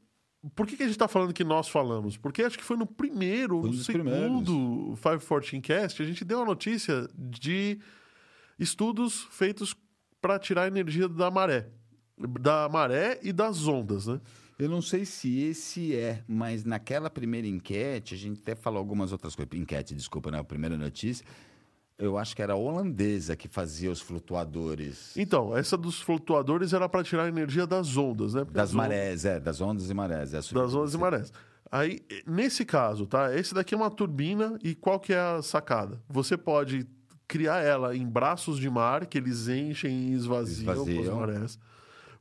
S1: por que, que a gente está falando que nós falamos? Porque acho que foi no primeiro,
S2: Foi
S1: ou
S2: um
S1: no
S2: dos primeiros.
S1: segundo 514 Cast, a gente deu a notícia de estudos feitos para tirar a energia da maré. Da maré e das ondas, né?
S2: Eu não sei se esse é, mas naquela primeira enquete, a gente até falou algumas outras coisas. Enquete, desculpa, na primeira notícia. Eu acho que era a holandesa que fazia os flutuadores
S1: Então, essa dos flutuadores era para tirar a energia das ondas, né? Porque
S2: das
S1: as ondas-
S2: marés, é, das ondas e marés. É a
S1: Das ondas e marés. Aí, nesse caso, tá? Esse daqui é uma turbina e qual que é a sacada? Você pode criar ela em braços de mar, que eles enchem e esvaziam, com as
S2: Esvaziam.
S1: marés.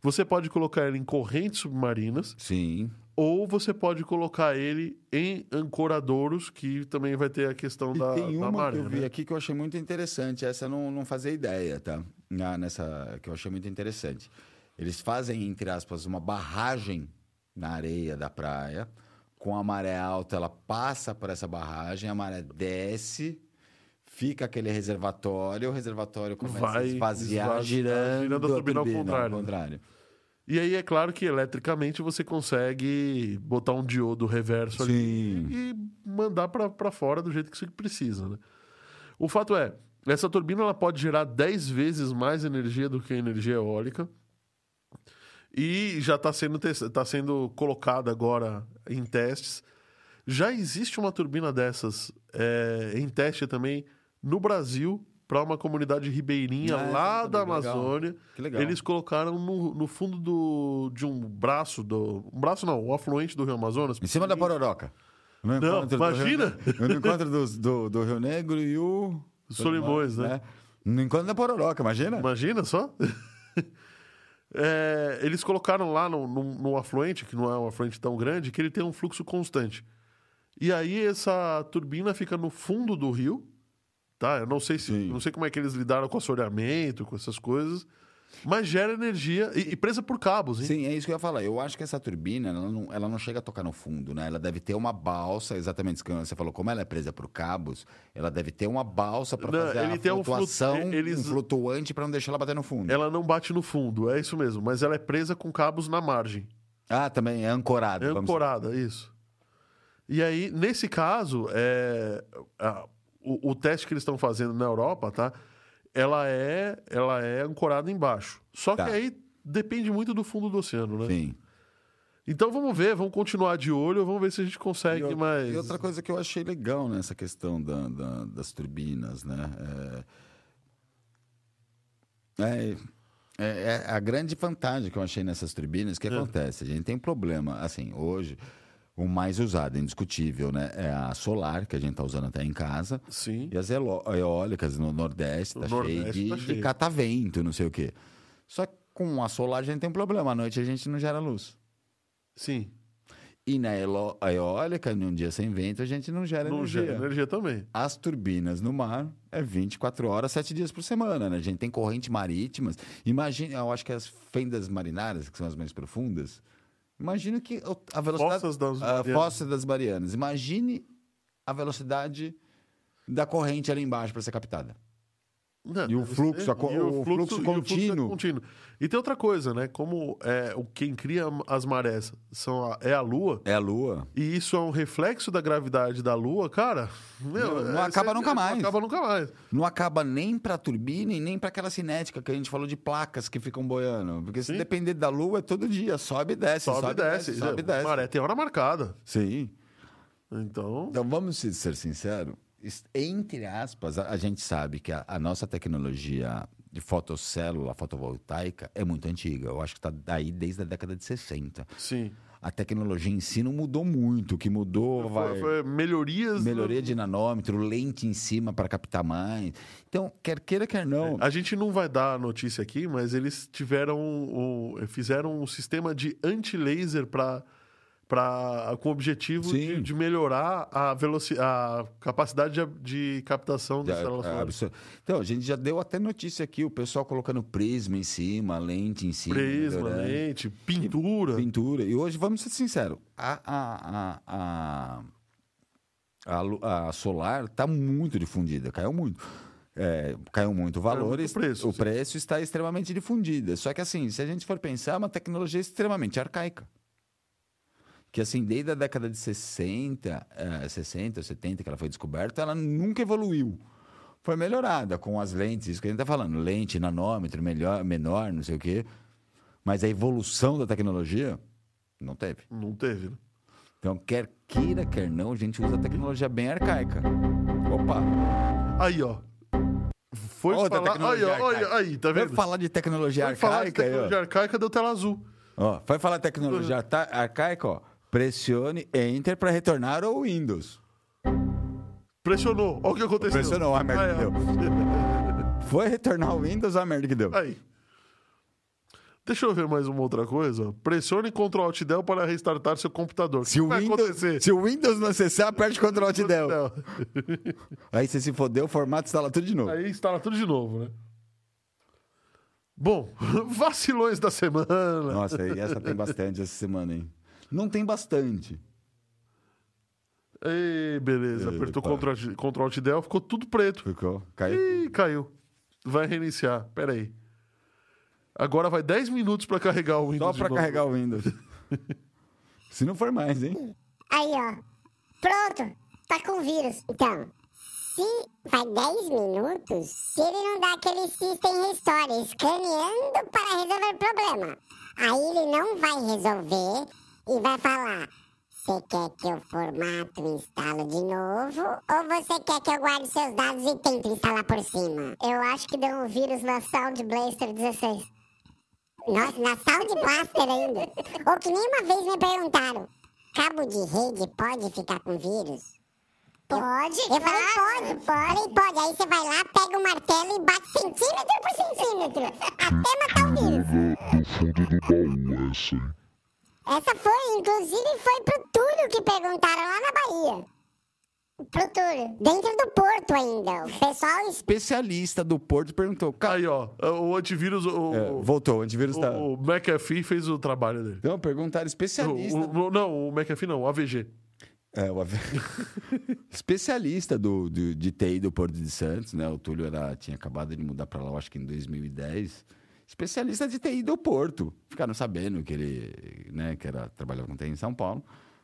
S1: Você pode colocar ele em correntes submarinas
S2: Sim.
S1: ou você pode colocar ele em ancoradouros, que também vai ter a questão
S2: E
S1: da,
S2: tem
S1: da
S2: uma
S1: maré.
S2: que eu vi
S1: né?
S2: aqui que eu achei muito interessante. Essa eu não, não fazia ideia, tá? Na- nessa que eu achei muito interessante. Eles fazem, entre aspas, uma barragem na areia da praia. Com a maré alta, ela passa por essa barragem, a maré desce, fica aquele reservatório, o reservatório começa a
S1: Vai
S2: esvaziar,
S1: esvaziar,
S2: girando,
S1: girando a turbina ao contrário. né? E aí é claro que eletricamente você consegue botar um diodo reverso ali
S2: Sim.
S1: e mandar pra pra fora do jeito que você precisa, né? O fato é, essa turbina ela pode gerar 10 vezes mais energia do que a energia eólica. E já está sendo, test- tá sendo colocada agora em testes. Já existe uma turbina dessas é, em teste também no Brasil para uma comunidade ribeirinha
S2: Ah,
S1: lá
S2: essa
S1: da
S2: também, legal.
S1: Amazônia.
S2: Que legal.
S1: Eles colocaram no, no fundo do, de um braço do. Um braço não, o afluente do Rio Amazonas.
S2: Em cima da pororoca. No
S1: Não,
S2: encontro do
S1: imagina!
S2: Rio- no encontro dos- do, do Rio Negro e o.
S1: Solimões, né?
S2: No encontro da pororoca, imagina?
S1: Imagina só. É, eles colocaram lá no, no, no afluente, que não é um afluente tão grande, que ele tem um fluxo constante. E aí essa turbina fica no fundo do rio, tá? Eu não sei se,
S2: Sim.
S1: não sei como é que eles lidaram com assoreamento, com essas coisas, Mas gera energia e, e presa por cabos, hein?
S2: Sim, é isso que eu ia falar. Eu acho que essa turbina, ela não, ela não chega a tocar no fundo, né? Ela deve ter uma balsa, exatamente isso que você falou. Como ela é presa por cabos, ela deve ter uma balsa para
S1: Não,
S2: fazer
S1: ele
S2: a
S1: tem um flu-
S2: flutuação, um,
S1: eles- É
S2: flutuante para não deixar ela bater no fundo.
S1: Ela não bate no fundo, é isso mesmo. Mas ela é presa com cabos na margem.
S2: Ah, também é ancorada.
S1: É
S2: vamos-
S1: ancorada, isso. E aí, nesse caso, é, a- o, o teste que eles estão fazendo na Europa, tá? Ela é, ela é ancorada embaixo. Só
S2: Tá.
S1: que aí depende muito do fundo do oceano, né?
S2: Sim.
S1: Então vamos ver, vamos continuar de olho, vamos ver se a gente consegue
S2: outra-
S1: mais.
S2: E outra coisa que eu achei legal nessa questão da- da- das turbinas, né? É... É, é- é a grande vantagem que eu achei nessas turbinas
S1: É.
S2: que acontece. A gente tem um problema, assim, hoje o mais usado, indiscutível, né? É a solar, que a gente está usando até em casa.
S1: Sim.
S2: E as eolo- eólicas no Nordeste,
S1: No
S2: tá cheio
S1: Nordeste
S2: de,
S1: tá
S2: de
S1: cheio.
S2: catavento, não sei o quê. Só que com a solar a gente tem um problema. À noite a gente não gera luz.
S1: Sim.
S2: E né, é na elo- a eólica, num dia sem vento, a gente não gera
S1: Não
S2: energia.
S1: gera energia também.
S2: As turbinas no mar é 24 horas, 7 dias por semana, né? A gente tem correntes marítimas. Imagina, eu acho que as fendas marinárias, que são as mais profundas, imagino que o- a velocidade...
S1: Fossas das
S2: a
S1: Marianas.
S2: fossa das Marianas. Imagine a velocidade da corrente ali embaixo para ser captada.
S1: Não,
S2: E o
S1: deve
S2: fluxo,
S1: ser.
S2: a co- o fluxo
S1: e
S2: contínuo.
S1: é contínuo. E tem outra coisa, né? Como é, o quem cria as marés são a- é a Lua,
S2: É a Lua.
S1: e isso é um reflexo da gravidade da Lua, cara. meu,
S2: Não, não
S1: é,
S2: acaba
S1: cê-
S2: nunca mais.
S1: Não acaba nunca mais.
S2: Não acaba nem para turbina e nem para aquela cinética que a gente falou de placas que ficam boiando. Porque se
S1: Sim.
S2: depender da Lua, é todo dia. Sobe e desce,
S1: Sobe, e desce.
S2: sobe e
S1: É,
S2: desce.
S1: Maré tem hora marcada.
S2: Sim.
S1: Então.
S2: Então vamos se- ser sinceros. es- Entre aspas, a, a gente sabe que a, a nossa tecnologia de fotocélula fotovoltaica é muito antiga. Eu acho que está daí desde a década de 60.
S1: Sim.
S2: A tecnologia em si não mudou muito. O que mudou vai.
S1: Foi, foi melhorias. né?
S2: Melhoria de nanômetro, lente em cima para captar mais. Então, quer queira, quer não.
S1: A gente não vai dar a notícia aqui, mas eles tiveram um- fizeram um sistema de anti-laser para para com o objetivo de,
S2: Sim.
S1: de melhorar a velocidade, a capacidade de, ab- de captação das
S2: Já-
S1: células
S2: é
S1: solares.
S2: absurdo. Então, a gente já deu até notícia aqui, o pessoal colocando prisma em cima, lente em cima.
S1: Prisma,
S2: melhorando.
S1: lente, pintura.
S2: Pintura. E hoje, vamos ser sinceros, a, a, a, a, a lu- a solar está muito difundida, caiu muito. É, caiu muito o valor,
S1: muito o
S2: est-
S1: preço,
S2: o
S1: sim.
S2: preço está extremamente difundida. Só que assim, se a gente for pensar, é uma tecnologia extremamente arcaica. Que assim, desde a década de 60, eh, 60 ou 70 que ela foi descoberta, ela nunca evoluiu. Foi melhorada com as lentes, isso que a gente está falando, lente, nanômetro, melhor, menor, não sei o quê. Mas a evolução da tecnologia não teve.
S1: Não teve. né?
S2: Então, quer queira, quer não, a gente usa a tecnologia bem arcaica. Opa!
S1: Aí, ó. Foi
S2: Outra
S1: falar. Aí,
S2: tecnologia
S1: ó, olha,
S2: arcaica.
S1: aí, tá
S2: Vai
S1: vendo?
S2: falar de tecnologia
S1: Foi falar de
S2: arcaica, aí, ó.
S1: tecnologia arcaica deu tela azul.
S2: ó. Vai falar de tecnologia arta- arcaica, ó. Pressione Enter para retornar ao Windows.
S1: Pressionou. Olha o que aconteceu.
S2: Pressionou, a merda
S1: Aí, ó.
S2: Foi retornar ao Windows, a merda que deu.
S1: Aí. Deixa eu ver mais uma outra coisa. Pressione Ctrl Alt Del para restartar seu computador.
S2: Se
S1: o
S2: o,
S1: que vai
S2: Windows,
S1: acontecer?
S2: se o Windows não acessar, aperte Ctrl Alt Del.
S1: Não.
S2: Aí você se fodeu, formato instala tudo de novo.
S1: Aí instala tudo de novo, né? Bom, vacilões da semana.
S2: Nossa, e essa tem bastante essa semana, hein? Não tem bastante.
S1: Ei, beleza.
S2: Ei,
S1: Apertou
S2: pá.
S1: Ctrl Alt- Ctrl Alt Del, ficou tudo preto.
S2: Ficou? Caiu?
S1: Ih, caiu. Vai reiniciar. Pera aí. Agora vai 10 minutos para carregar o Windows.
S2: Só pra
S1: de novo.
S2: carregar o Windows. se não for mais, hein?
S4: Aí, ó. Pronto. Tá com vírus. Então, se vai 10 minutos, se ele não dá aquele System Restore escaneando para resolver o problema, aí ele não vai resolver e vai falar: você quer que eu formato e instalo de novo? Ou você quer que eu guarde seus dados e tente instalar por cima? Eu acho que deu um vírus na Sound Blaster 16. Nossa, na Sound Blaster ainda. Ou que nenhuma vez me perguntaram: cabo de rede pode ficar com vírus? Pode, eu falei, pode, pode. pode. Aí você vai lá, pega o martelo e bate centímetro por centímetro. Até matar o vírus.
S3: Tirou da- do fundo do baú essa, hein?
S4: Essa foi, inclusive, foi pro Túlio que perguntaram lá na Bahia. pro tour. Dentro do porto ainda. O pessoal es-
S2: Especialista do Porto perguntou. "Ca-
S1: Aí, ó, o antivírus, o,
S2: É,
S1: o-
S2: voltou, o antivírus tá.
S1: o, o McAfee fez o trabalho dele.
S2: Não, perguntaram especialista.
S1: O- o- o- não, o McAfee não, o AVG.
S2: É, o av- especialista do, do- de TI do Porto de Santos, né? O Túlio era, tinha acabado de mudar para lá, eu acho que em 2010. Especialista de TI do Porto. Ficaram sabendo que ele, né, que era, trabalhava com TI em São Paulo.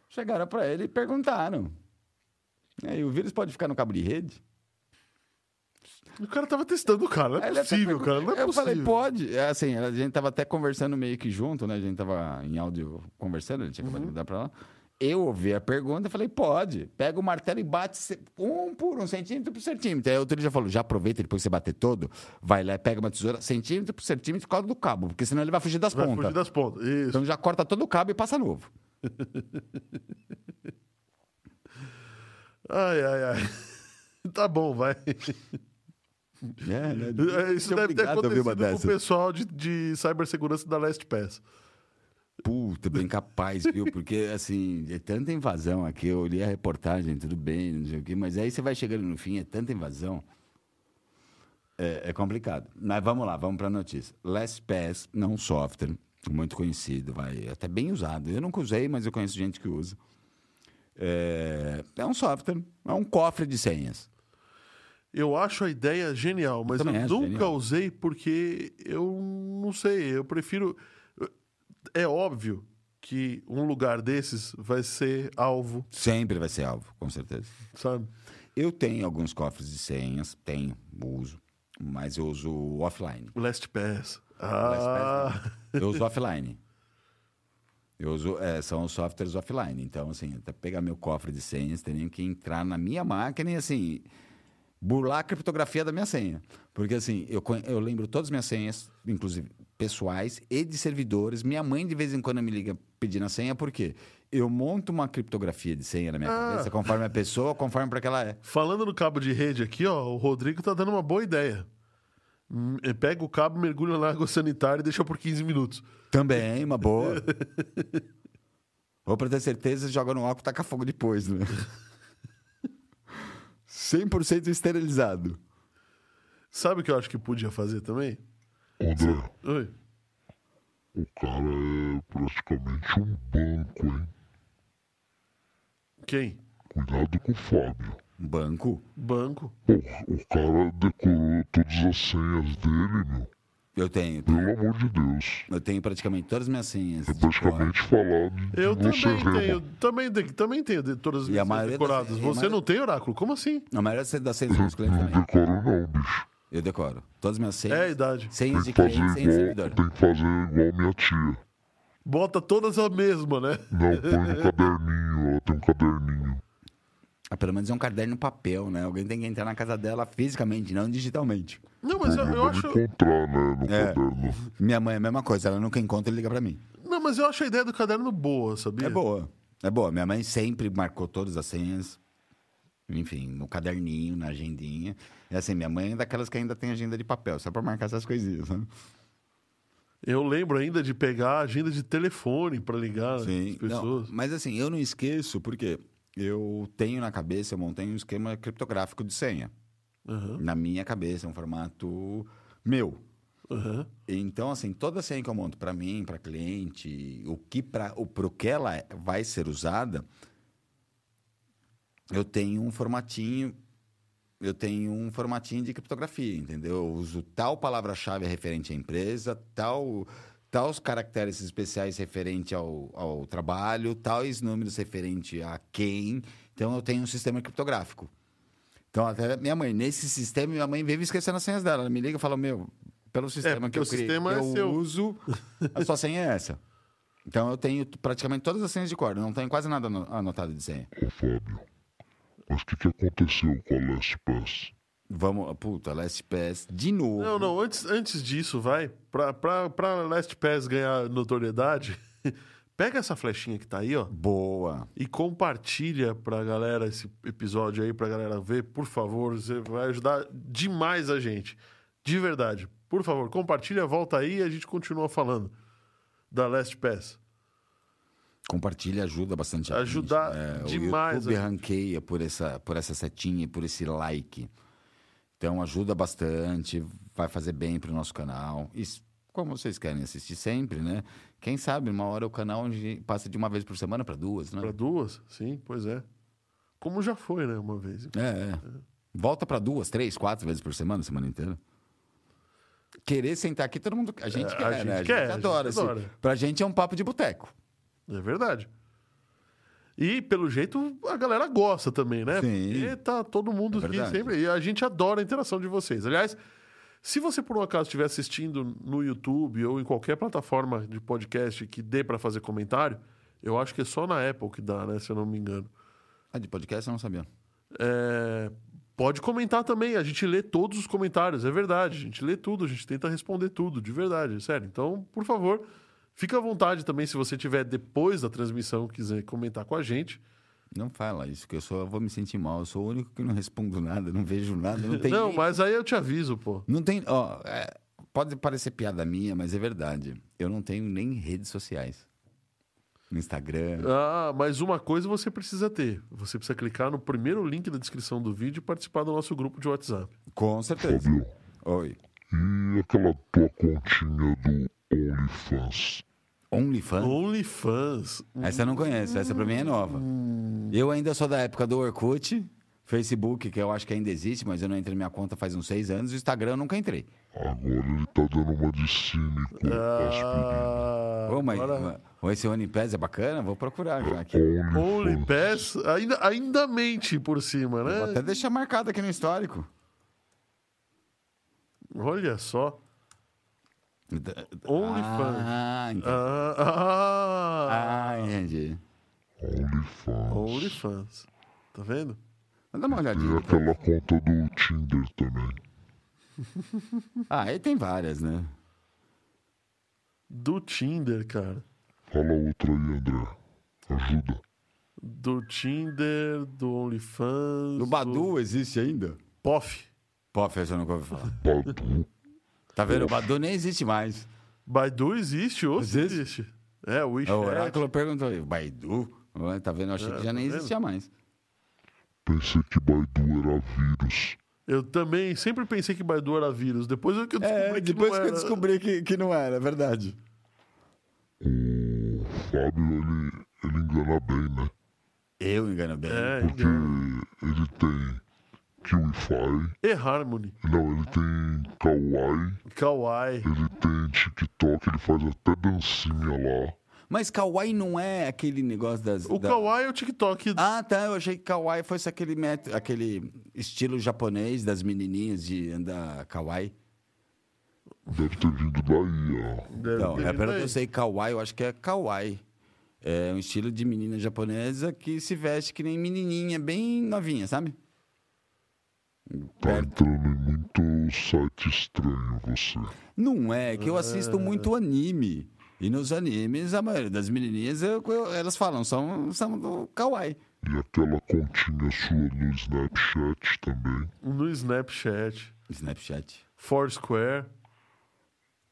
S2: Chegaram para ele e perguntaram. E aí, o vírus pode ficar no cabo de rede?
S1: O cara tava testando o cara, não é
S2: Aí ele até
S1: possível,
S2: perguntou-
S1: cara, não é
S2: eu
S1: possível.
S2: falei, pode. É, Assim, a gente tava até conversando meio que junto, né? A gente tava em áudio conversando, ele tinha
S1: Uhum.
S2: acabado de mudar pra lá. Eu ouvi a pergunta e falei, pode. Pega o martelo e bate ce- um por um, centímetro por centímetro. Aí o outro já falou, já aproveita depois que você bater todo, vai lá e pega uma tesoura, centímetro por centímetro, e corta do cabo, porque senão ele vai fugir das
S1: Vai
S2: pontas.
S1: fugir das pontas. Isso.
S2: Então já corta todo o cabo e passa novo.
S1: Ai, ai, ai. Tá bom, vai.
S2: É, né?
S1: É, Isso
S2: Ser
S1: deve ter
S2: obrigado a ouvir
S1: acontecido
S2: uma
S1: com o
S2: dessas.
S1: pessoal de, de cibersegurança da LastPass.
S2: Puta, bem capaz, viu? Porque, assim, é tanta invasão aqui. Eu li a reportagem, tudo bem, não sei o quê, mas aí você vai chegando no fim, é tanta invasão. É, é complicado. Mas vamos lá, vamos para a notícia. LastPass, não software, muito conhecido, vai, até bem usado. Eu nunca usei, mas eu conheço gente que usa. É, é um software, é um cofre de senhas.
S1: Eu acho a ideia genial, mas eu,
S2: também acho
S1: nunca
S2: genial.
S1: usei porque eu não sei, eu prefiro. É óbvio que um lugar desses vai ser alvo,
S2: Sempre vai ser alvo, com certeza.
S1: sabe?
S2: Eu tenho alguns cofres de senhas, tenho, uso, mas eu uso offline.
S1: O LastPass. Ah,
S2: LastPass Eu uso offline. Eu uso, é, são os softwares offline. Então, assim, até pegar meu cofre de senhas, teria que entrar na minha máquina e, assim, burlar a criptografia da minha senha. Porque, assim, eu, conhe- eu lembro todas as minhas senhas, inclusive pessoais e de servidores. Minha mãe, de vez em quando, me liga pedindo a senha, por quê? Eu monto uma criptografia de senha na minha
S1: Ah.
S2: cabeça, conforme a pessoa, conforme para que ela é.
S1: Falando no cabo de rede aqui, ó, o Rodrigo tá dando uma boa ideia. Hum, Pega o cabo, mergulha na água sanitária e deixa por 15 minutos.
S2: Também, uma boa. Ou pra ter certeza, joga no álcool e taca fogo depois, né? 100% esterilizado.
S1: Sabe o que eu acho que podia fazer também?
S3: Ô, André,
S1: Oi.
S3: o cara é praticamente um banco, hein?
S1: Quem?
S3: Cuidado com o Fábio.
S2: Banco?
S1: Banco.
S3: Pô, o cara decorou todas as senhas dele, meu.
S2: Eu tenho.
S3: Pelo amor de Deus.
S2: Eu tenho praticamente todas as minhas senhas.
S3: É praticamente falar de
S1: Eu
S3: você
S1: também
S3: mesmo.
S1: tenho, também, de- também tenho de todas as
S2: E a
S1: minhas
S2: maioria
S1: decoradas.
S2: das- e a
S1: Você
S2: maioria-
S1: não tem oráculo? Como assim?
S2: A maioria das senhas dos clientes
S3: Não
S2: também.
S3: decoro não, bicho.
S2: Eu decoro. Todas as minhas senhas.
S1: É a idade.
S2: Senhas
S3: Tem
S2: de
S3: que
S2: cliente,
S3: fazer
S2: senhas de servidor.
S3: igual, tem que fazer igual minha tia.
S1: Bota todas a mesma, né?
S3: Não, põe no caderninho, ela tem um caderninho.
S2: Ah, Pelo menos é um caderno em papel, né? Alguém tem que entrar na casa dela fisicamente, não digitalmente.
S1: Não,
S3: O
S1: mas eu, eu
S3: problema é
S1: acho.
S3: encontrar, né, no
S2: É.
S3: caderno.
S2: Minha mãe é a mesma coisa. Ela nunca encontra e liga pra mim.
S1: Não, mas eu acho a ideia do caderno boa, sabia?
S2: É boa. É boa. Minha mãe sempre marcou todas as senhas. Enfim, no caderninho, na agendinha. É assim, minha mãe é daquelas que ainda tem agenda de papel, só pra marcar essas coisinhas. Né?
S1: Eu lembro ainda de pegar a agenda de telefone pra ligar Ah, as
S2: Sim. Não,
S1: pessoas.
S2: mas assim, eu não esqueço, porque eu tenho na cabeça, eu montei um esquema criptográfico de senha.
S1: Aham,
S2: Na minha cabeça, um formato meu.
S1: aham.
S2: Então, assim, toda senha que eu monto para mim, para cliente, o que para o pro que ela é- vai ser usada, eu tenho um formatinho, eu tenho um formatinho de criptografia, entendeu? Eu uso tal palavra-chave referente à empresa, tal tais caracteres especiais referente ao, ao trabalho, tais números referente a quem. Então, eu tenho um sistema criptográfico. Então, até minha mãe, nesse sistema, minha mãe vive esquecendo as senhas dela. Ela me liga e fala, meu, pelo sistema
S1: É, porque
S2: que eu
S1: o
S2: criei,
S1: sistema é
S2: eu
S1: seu.
S2: uso, a sua senha é essa. Então, eu tenho praticamente todas as senhas de cor. Eu Não tenho quase nada ano- anotado de senha.
S3: Ô, Fábio, mas o que, que aconteceu com a Last Pass?
S2: Vamos, ah, puta, é Last Pass, de novo.
S1: Não, não, antes, antes disso, vai. Pra, pra, pra Last Pass ganhar notoriedade, pega essa flechinha que tá aí, ó,
S2: Boa.
S1: e compartilha pra galera esse episódio aí, pra galera ver, por favor. Você vai ajudar demais a gente. De verdade. Por favor, compartilha, volta aí e a gente continua falando da Last Pass.
S2: Compartilha, ajuda bastante. a gente,
S1: Ajudar
S2: né?
S1: demais
S2: O YouTube
S1: a gente.
S2: ranqueia por essa, por essa setinha e por esse like. Então ajuda bastante, vai fazer bem pro nosso canal. E s- como vocês querem assistir sempre, né? Quem sabe uma hora o canal a gente passa de uma vez por semana para duas, né?
S1: Pra duas? Sim, pois é. Como já foi, né? Uma vez.
S2: É, é. Volta para duas, três, quatro vezes por semana, semana inteira. Querer sentar aqui, todo mundo. A gente
S1: É,
S2: quer,
S1: a
S2: né?
S1: gente
S2: a gente
S1: quer, a gente
S2: adora. assim.
S1: adora.
S2: Pra gente é um papo de boteco.
S1: É verdade. E, pelo jeito, a galera gosta também, né?
S2: Sim.
S1: Porque tá todo mundo
S2: É
S1: aqui
S2: verdade.
S1: sempre. E a gente adora a interação de vocês. Aliás, se você por um acaso estiver assistindo no YouTube ou em qualquer plataforma de podcast que dê pra fazer comentário, eu acho que é só na Apple que dá, né? Se eu não me engano.
S2: Ah, de podcast eu não sabia.
S1: É, Pode comentar também, a gente lê todos os comentários, é verdade. A gente lê tudo, a gente tenta responder tudo, de verdade, sério. Então, por favor, fica à vontade também se você tiver depois da transmissão quiser comentar com a gente.
S2: Não fala isso, que eu só vou me sentir mal. Eu sou o único que não respondo nada, não vejo nada, não tem.
S1: Não,
S2: nem-
S1: mas aí eu te aviso, pô.
S2: Não tem. Ó, é, pode parecer piada minha, mas é verdade. Eu não tenho nem redes sociais. No Instagram.
S1: Ah, mas uma coisa você precisa ter. Você precisa clicar no primeiro link da descrição do vídeo e participar do nosso grupo de WhatsApp.
S2: Com certeza.
S3: Fabio.
S2: Oi.
S3: E aquela tua continha do OnlyFans?
S2: OnlyFans.
S1: OnlyFans.
S2: Essa eu não conheço, essa pra mim é nova.
S1: Hum.
S2: Eu ainda sou da época do Orkut, Facebook, que eu acho que ainda existe, mas eu não entrei na minha conta faz uns seis anos, e o Instagram eu nunca entrei.
S3: Agora ele tá dando uma de cínico. aspirina.
S1: Ah,
S2: Ô, mas,
S1: agora-
S2: mas esse OnlyPass é bacana? Vou procurar já aqui.
S1: OnlyPass ainda, ainda mente por cima,
S2: Vou
S1: né?
S2: até deixar marcado aqui no histórico.
S1: Olha só. OnlyFans.
S2: Ah, entendi.
S1: Ah, ah,
S2: Ah, entendi.
S3: OnlyFans.
S1: OnlyFans. Tá vendo?
S2: Mas Dá uma
S3: Tem
S2: olhadinha.
S3: aquela conta do Tinder também.
S2: Ah, aí tem várias, né?
S1: Do Tinder, cara.
S3: Fala outra aí, André. Ajuda.
S1: Do Tinder, do OnlyFans.
S2: Do Badu existe ainda?
S1: POF.
S2: Pô, Fê, eu nunca ouvi falar.
S3: Badu.
S2: Tá vendo? O Badu nem existe mais.
S1: Baidu existe, ou
S2: Existe?
S1: existe. É, o
S2: O
S1: WeChat.
S2: Oráculo perguntou aí, Baidu? Ué, Tá vendo? Eu achei
S1: É,
S2: que já nem
S1: tá vendo?
S2: existia mais.
S3: Pensei que Baidu era vírus.
S1: Eu também sempre pensei que Baidu era vírus. Depois é que eu descobri
S2: É,
S1: que
S2: depois
S1: não
S2: que eu
S1: era.
S2: descobri que, que não era, é verdade.
S3: O Fábio, ele, ele engana bem, né?
S2: Eu engano bem.
S1: É,
S3: Porque
S1: engano.
S3: ele tem QIFI,
S1: eHarmony,
S3: não, ele tem Kawaii,
S1: Kawaii.
S3: ele tem TikTok, ele faz até dancinha lá.
S2: Mas Kawaii não é aquele negócio das.
S1: O
S2: da-
S1: Kawaii é o TikTok.
S2: Ah, tá. Eu achei que Kawaii fosse aquele, método, aquele estilo japonês das menininhas de andar Kawaii.
S3: Deve ter vindo daí, ó.
S1: Deve
S2: Não,
S1: ter
S2: é
S1: vindo
S2: pelo que
S1: aí.
S2: eu sei, Kawaii, eu acho que é Kawaii. É um estilo de menina japonesa que se veste que nem menininha, bem novinha, sabe?
S1: É.
S3: Tá entrando em muito site estranho você.
S2: Não é, que eu assisto muito
S1: Ah.
S2: anime. E nos animes, a maioria das menininhas, eu- eu- elas falam, são, são do Kawaii.
S3: E aquela continha sua no Snapchat também.
S1: No Snapchat,
S2: Snapchat.
S1: Foursquare.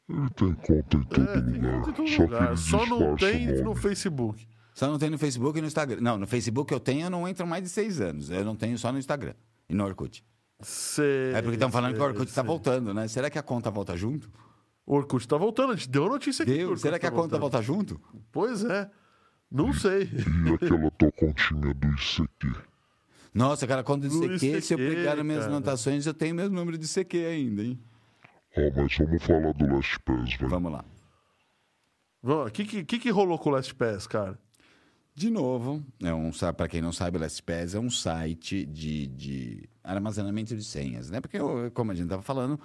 S3: Ele tem conta em todo
S1: É, tem
S3: lugar.
S1: conta em todo
S2: né?
S3: só que
S1: lugar.
S3: ele
S1: Só não
S3: disfarça o
S1: tem no
S3: nome.
S1: Facebook.
S2: Só não tem no Facebook e no Instagram. Não, no Facebook eu tenho, eu não entro mais de seis anos. Eu não tenho só no Instagram e no Orkut.
S1: Cê-
S2: É porque estão falando que o Orkut
S1: cê-
S2: está voltando, né? Será que a conta volta junto?
S1: O Orkut tá voltando, a gente deu a notícia aqui.
S2: Deus,
S1: Orkut
S2: será
S1: tá
S2: que a conta volta junto?
S1: Pois é.
S2: Hum.
S1: Não sei.
S3: E aquela tua continha do ICQ.
S2: Nossa, cara, a conta de
S1: No
S2: CQ, se eu
S1: ICQ,
S2: pegar minhas
S1: cara.
S2: anotações, eu tenho meu número de CQ ainda, hein?
S3: Ó, mas vamos falar do Last Pass, vai.
S2: Vamos lá.
S1: Vamos, o que, que, que que rolou com o Last Pass, cara?
S2: De novo, é um, para quem não sabe, o LastPass é um site de, de armazenamento de senhas, né? Porque, ó, como a gente estava falando,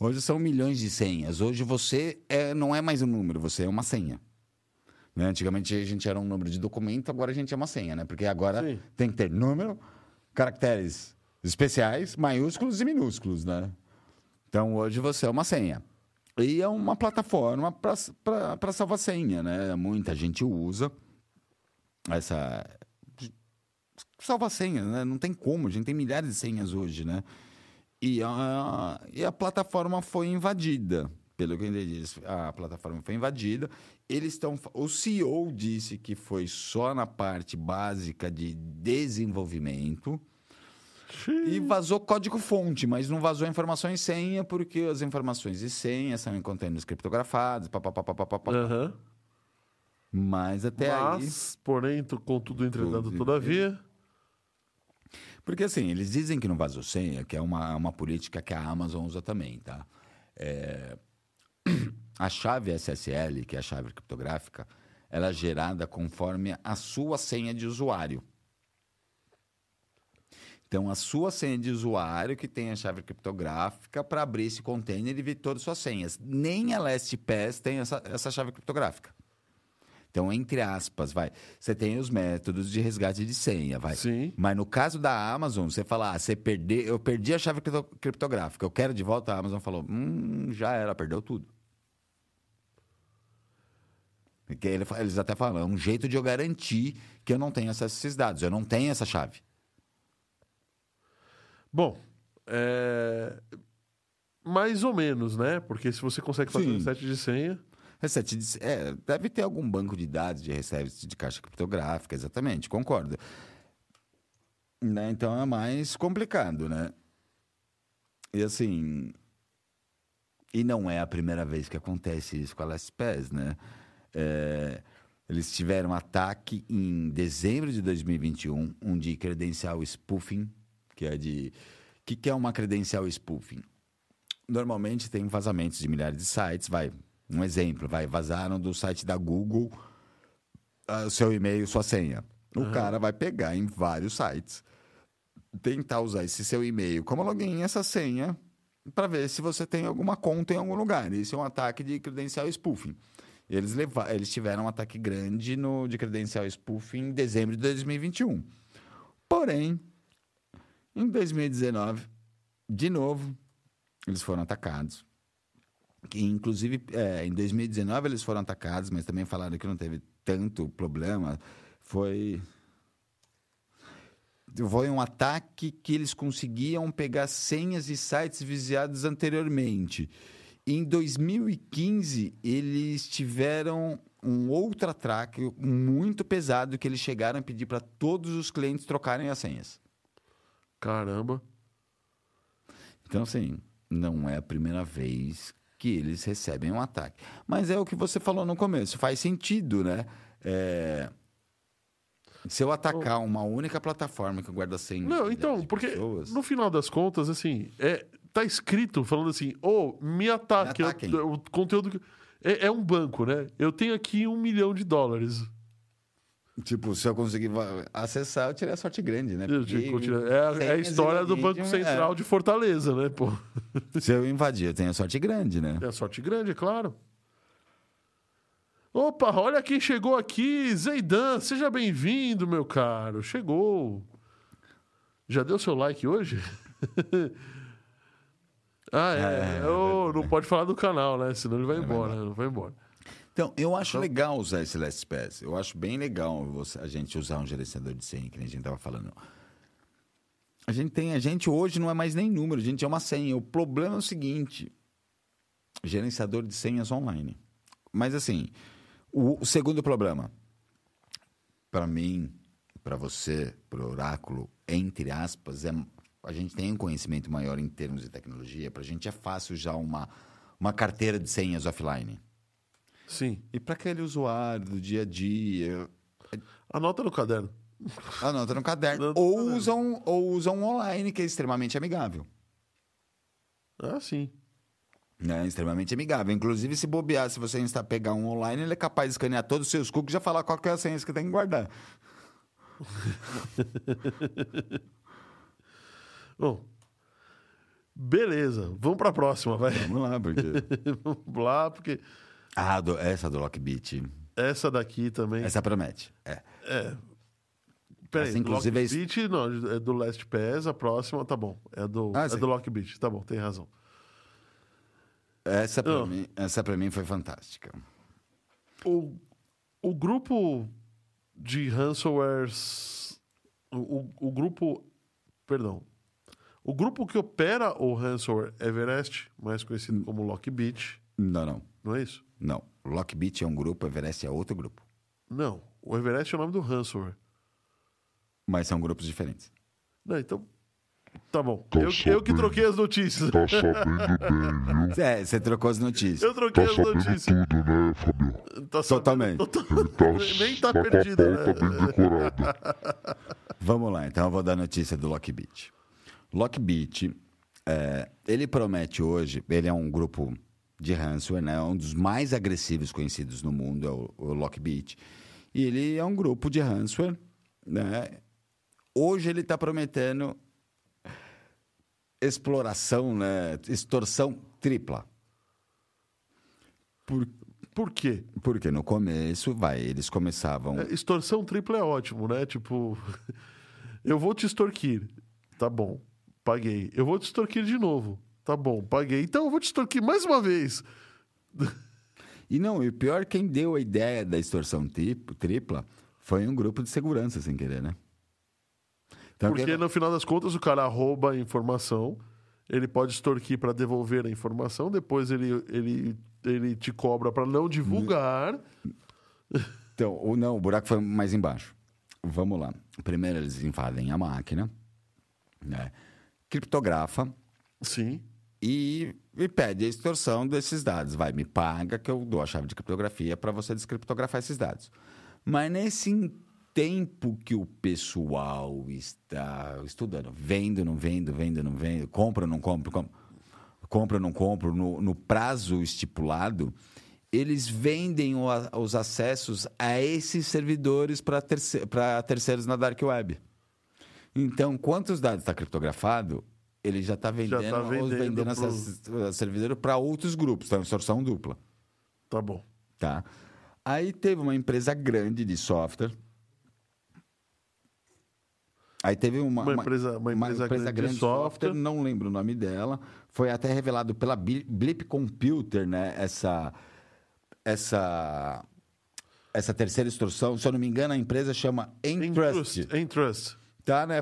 S2: hoje são milhões de senhas. Hoje você é, não é mais um número, você é uma senha. né? Antigamente a gente era um número de documento, agora a gente é uma senha, né? Porque agora
S1: Sim.
S2: tem que ter número, caracteres especiais, maiúsculos e minúsculos, né? Então hoje você é uma senha. E é uma plataforma para salvar senha, né? Muita gente usa essa. Salva senha, né? Não tem como, a gente tem milhares de senhas hoje, né? E a, e a plataforma foi invadida Pelo que eu entendi, eles- a plataforma foi invadida. Eles estão. fa- O CEO disse que foi só na parte básica de desenvolvimento. E vazou código-fonte, mas não vazou informações e senha, porque as informações e senha são em containers criptografados, papapá.
S1: Aham.
S2: Mas até aí.
S1: Mas, porém, tu- contudo, entretanto, todavia.
S2: Porque assim, eles dizem que não vazou senha, que é uma, uma política que a Amazon usa também, tá? É, A chave SSL, que é a chave criptográfica, ela é gerada conforme a sua senha de usuário. Então, a sua senha de usuário que tem a chave criptográfica para abrir esse container e ver todas as suas senhas. Nem a LastPass tem essa, essa chave criptográfica. Então, entre aspas, vai. Você tem os métodos de resgate de senha, vai.
S1: Sim.
S2: Mas no caso da Amazon, você fala, ah, você perdeu, eu perdi a chave cripto- criptográfica, eu quero de volta, a Amazon falou, hum, já era, perdeu tudo. Porque ele fa- eles até falam, é um jeito de eu garantir que eu não tenho acesso a esses dados, eu não tenho essa chave.
S1: Bom, é. Mais ou menos, né? Porque se você consegue fazer
S2: Sim.
S1: um set de senha.
S2: Reset de- é, deve ter algum banco de dados de reset de caixa criptográfica, exatamente, concordo. Né, Então é mais complicado, né? E assim. E não é a primeira vez que acontece isso com a LastPass, né? É, eles tiveram ataque em dezembro de 2021, um de credencial spoofing, que é de. O que, que é uma credencial spoofing? Normalmente tem vazamentos de milhares de sites, vai. Um exemplo, vai, vazaram do site da Google ah, seu e-mail, sua senha. O cara vai pegar em vários sites, tentar usar esse seu e-mail como login e essa senha para ver se você tem alguma conta em algum lugar. Isso é um ataque de credencial spoofing. Eles, leva... Eles tiveram um ataque grande no... de credencial spoofing em dezembro de 2021. Porém, em 2019, de novo, eles foram atacados. Que, inclusive, é, em 2019 eles foram atacados, mas também falaram que não teve tanto problema. Foi. Foi um ataque que eles conseguiam pegar senhas e sites viciados anteriormente. Em 2015, eles tiveram um outro ataque muito pesado que eles chegaram a pedir para todos os clientes trocarem as senhas.
S1: Caramba.
S2: Então, assim, não é a primeira vez que eles recebem um ataque. Mas é o que você falou no começo, faz sentido, né? É, Se eu atacar uma única plataforma que guarda senha.
S1: Não, então, porque no final das contas, assim, é, tá escrito falando assim, ô, me ataque.
S2: Me ataquem.
S1: eu- o conteúdo. que- É, é um banco, né? Eu tenho aqui um milhão de dólares.
S2: Tipo, se eu conseguir va- acessar, eu tirei a sorte grande, né?
S1: Eu
S2: Porque
S1: digo, continua- é, a- é a
S2: senhas
S1: história do
S2: e
S1: Banco
S2: vídeo,
S1: Central de Fortaleza, né? Pô,
S2: é. um Se eu invadir, eu tenho a sorte grande, né?
S1: é a sorte grande, é claro. Opa, olha quem chegou aqui, Zeidan, seja bem-vindo, meu caro. Chegou. Já deu seu like hoje? ah, é. Ô, não pode falar do canal, né? Senão ele vai embora, né? não vai embora.
S2: Então, eu acho legal usar esse LastPass. Eu acho bem legal você- a gente usar um gerenciador de senha, que nem a gente estava falando. A gente tem, a gente hoje não é mais nem número, a gente é uma senha. O problema é o seguinte: gerenciador de senhas online. Mas assim, o, o segundo problema, para mim, para você, para o oráculo, entre aspas, é, a gente tem um conhecimento maior em termos de tecnologia. Para a gente é fácil usar uma, uma carteira de senhas offline.
S1: Sim.
S2: E para aquele usuário do dia a dia.
S1: Anota no caderno.
S2: Anota Ah, tá no caderno.
S1: Anota tá no
S2: ou,
S1: caderno.
S2: usam, ou usam online, que é extremamente amigável.
S1: Ah, sim.
S2: Né? Extremamente amigável. Inclusive, se bobear, se você insta pegar um online, ele é capaz de escanear todos os seus cookies e já falar qual que é a senha que tem que guardar.
S1: Bom. Beleza, vamos pra próxima, vai.
S2: Vamos lá, porque.
S1: vamos lá, porque
S2: ah, do- essa do Lockbit.
S1: essa daqui também.
S2: Essa promete. É.
S1: Peraí,
S2: essa, inclusive, é isso.
S1: Lockbit, não, é do Last Pass, a próxima, tá bom. É do,
S2: Ah,
S1: é
S2: sim.
S1: do Lockbit, tá bom, tem razão.
S2: Essa pra,
S1: Oh.
S2: mim, essa pra mim foi fantástica.
S1: O, o grupo de ransomwares. O, o- o grupo. Perdão. O grupo que opera o ransomware Everest, mais conhecido como Lockbit,
S2: Não, não.
S1: não é isso?
S2: Não. Lockbit é um grupo, Everest é outro grupo.
S1: Não. O Everest é o nome do ransomware.
S2: Mas são grupos diferentes.
S1: Não, então. Tá bom.
S3: Tô
S1: Eu, eu que
S3: sabendo.
S1: troquei as notícias.
S3: Tá sabendo bem, viu?
S2: É, você trocou as notícias.
S1: Hum. Eu troquei
S3: Tá
S1: as
S3: sabendo
S1: notícias.
S3: tudo, né, Fabio?
S1: Tá sabendo
S2: Totalmente.
S1: total-
S3: Ele tá,
S1: Nem tá
S3: tá
S1: perdido,
S3: com a pauta
S1: né?
S3: bem decorada.
S2: Vamos lá, então eu vou dar notícia do Lockbit. Lockbit, é, ele promete hoje, ele é um grupo de ransomware, né? É um dos mais agressivos conhecidos no mundo, é o, o Lockbit. E ele é um grupo de ransomware, né? Hoje ele está prometendo exploração, né? Extorsão tripla. Por,
S1: Por quê?
S2: porque no começo, vai, eles começavam...
S1: É, Extorsão tripla é ótimo, né? Tipo, eu vou te extorquir. Tá bom, paguei. Eu vou te extorquir de novo. Tá bom, paguei. Então eu vou te extorquir mais uma vez.
S2: E não, e o pior, quem deu a ideia da extorsão tipo- tripla foi um grupo de segurança, sem querer, né? Então, o que-
S1: Porque no final das contas o cara rouba a informação, ele pode extorquir para devolver a informação, depois ele, ele, ele te cobra para não divulgar.
S2: Então, ou não, o buraco foi mais embaixo. Vamos lá. Primeiro eles invadem a máquina, né? criptografa
S1: Sim.
S2: e, e pede a extorsão desses dados. Vai, me paga que eu dou a chave de criptografia para você descriptografar esses dados. Mas nesse tempo que o pessoal está estudando, vendo, não vendo, vendo, não vendo, compra, não compra, compra, compra não compra, no, no prazo estipulado, eles vendem o a- os acessos a esses servidores para terce- para terceiros na Dark Web. Então, quantos dados está criptografado, ele já está vendendo,
S1: tá
S2: ou
S1: vendendo
S2: vendendo
S1: pro-
S2: acessos- eh, servidor para outros grupos, então é uma extorsão dupla.
S1: Tá bom.
S2: Tá? Aí teve uma empresa grande de software. Aí teve uma,
S1: Uma empresa- uma empresa grande de software.
S2: não lembro o nome dela. Foi até revelado pela Bi- Blip Computer, né? Essa, essa, essa terceira instrução. Se eu não me engano, a empresa chama Entrust.
S1: Entrust. Entrust.
S2: Tá, né?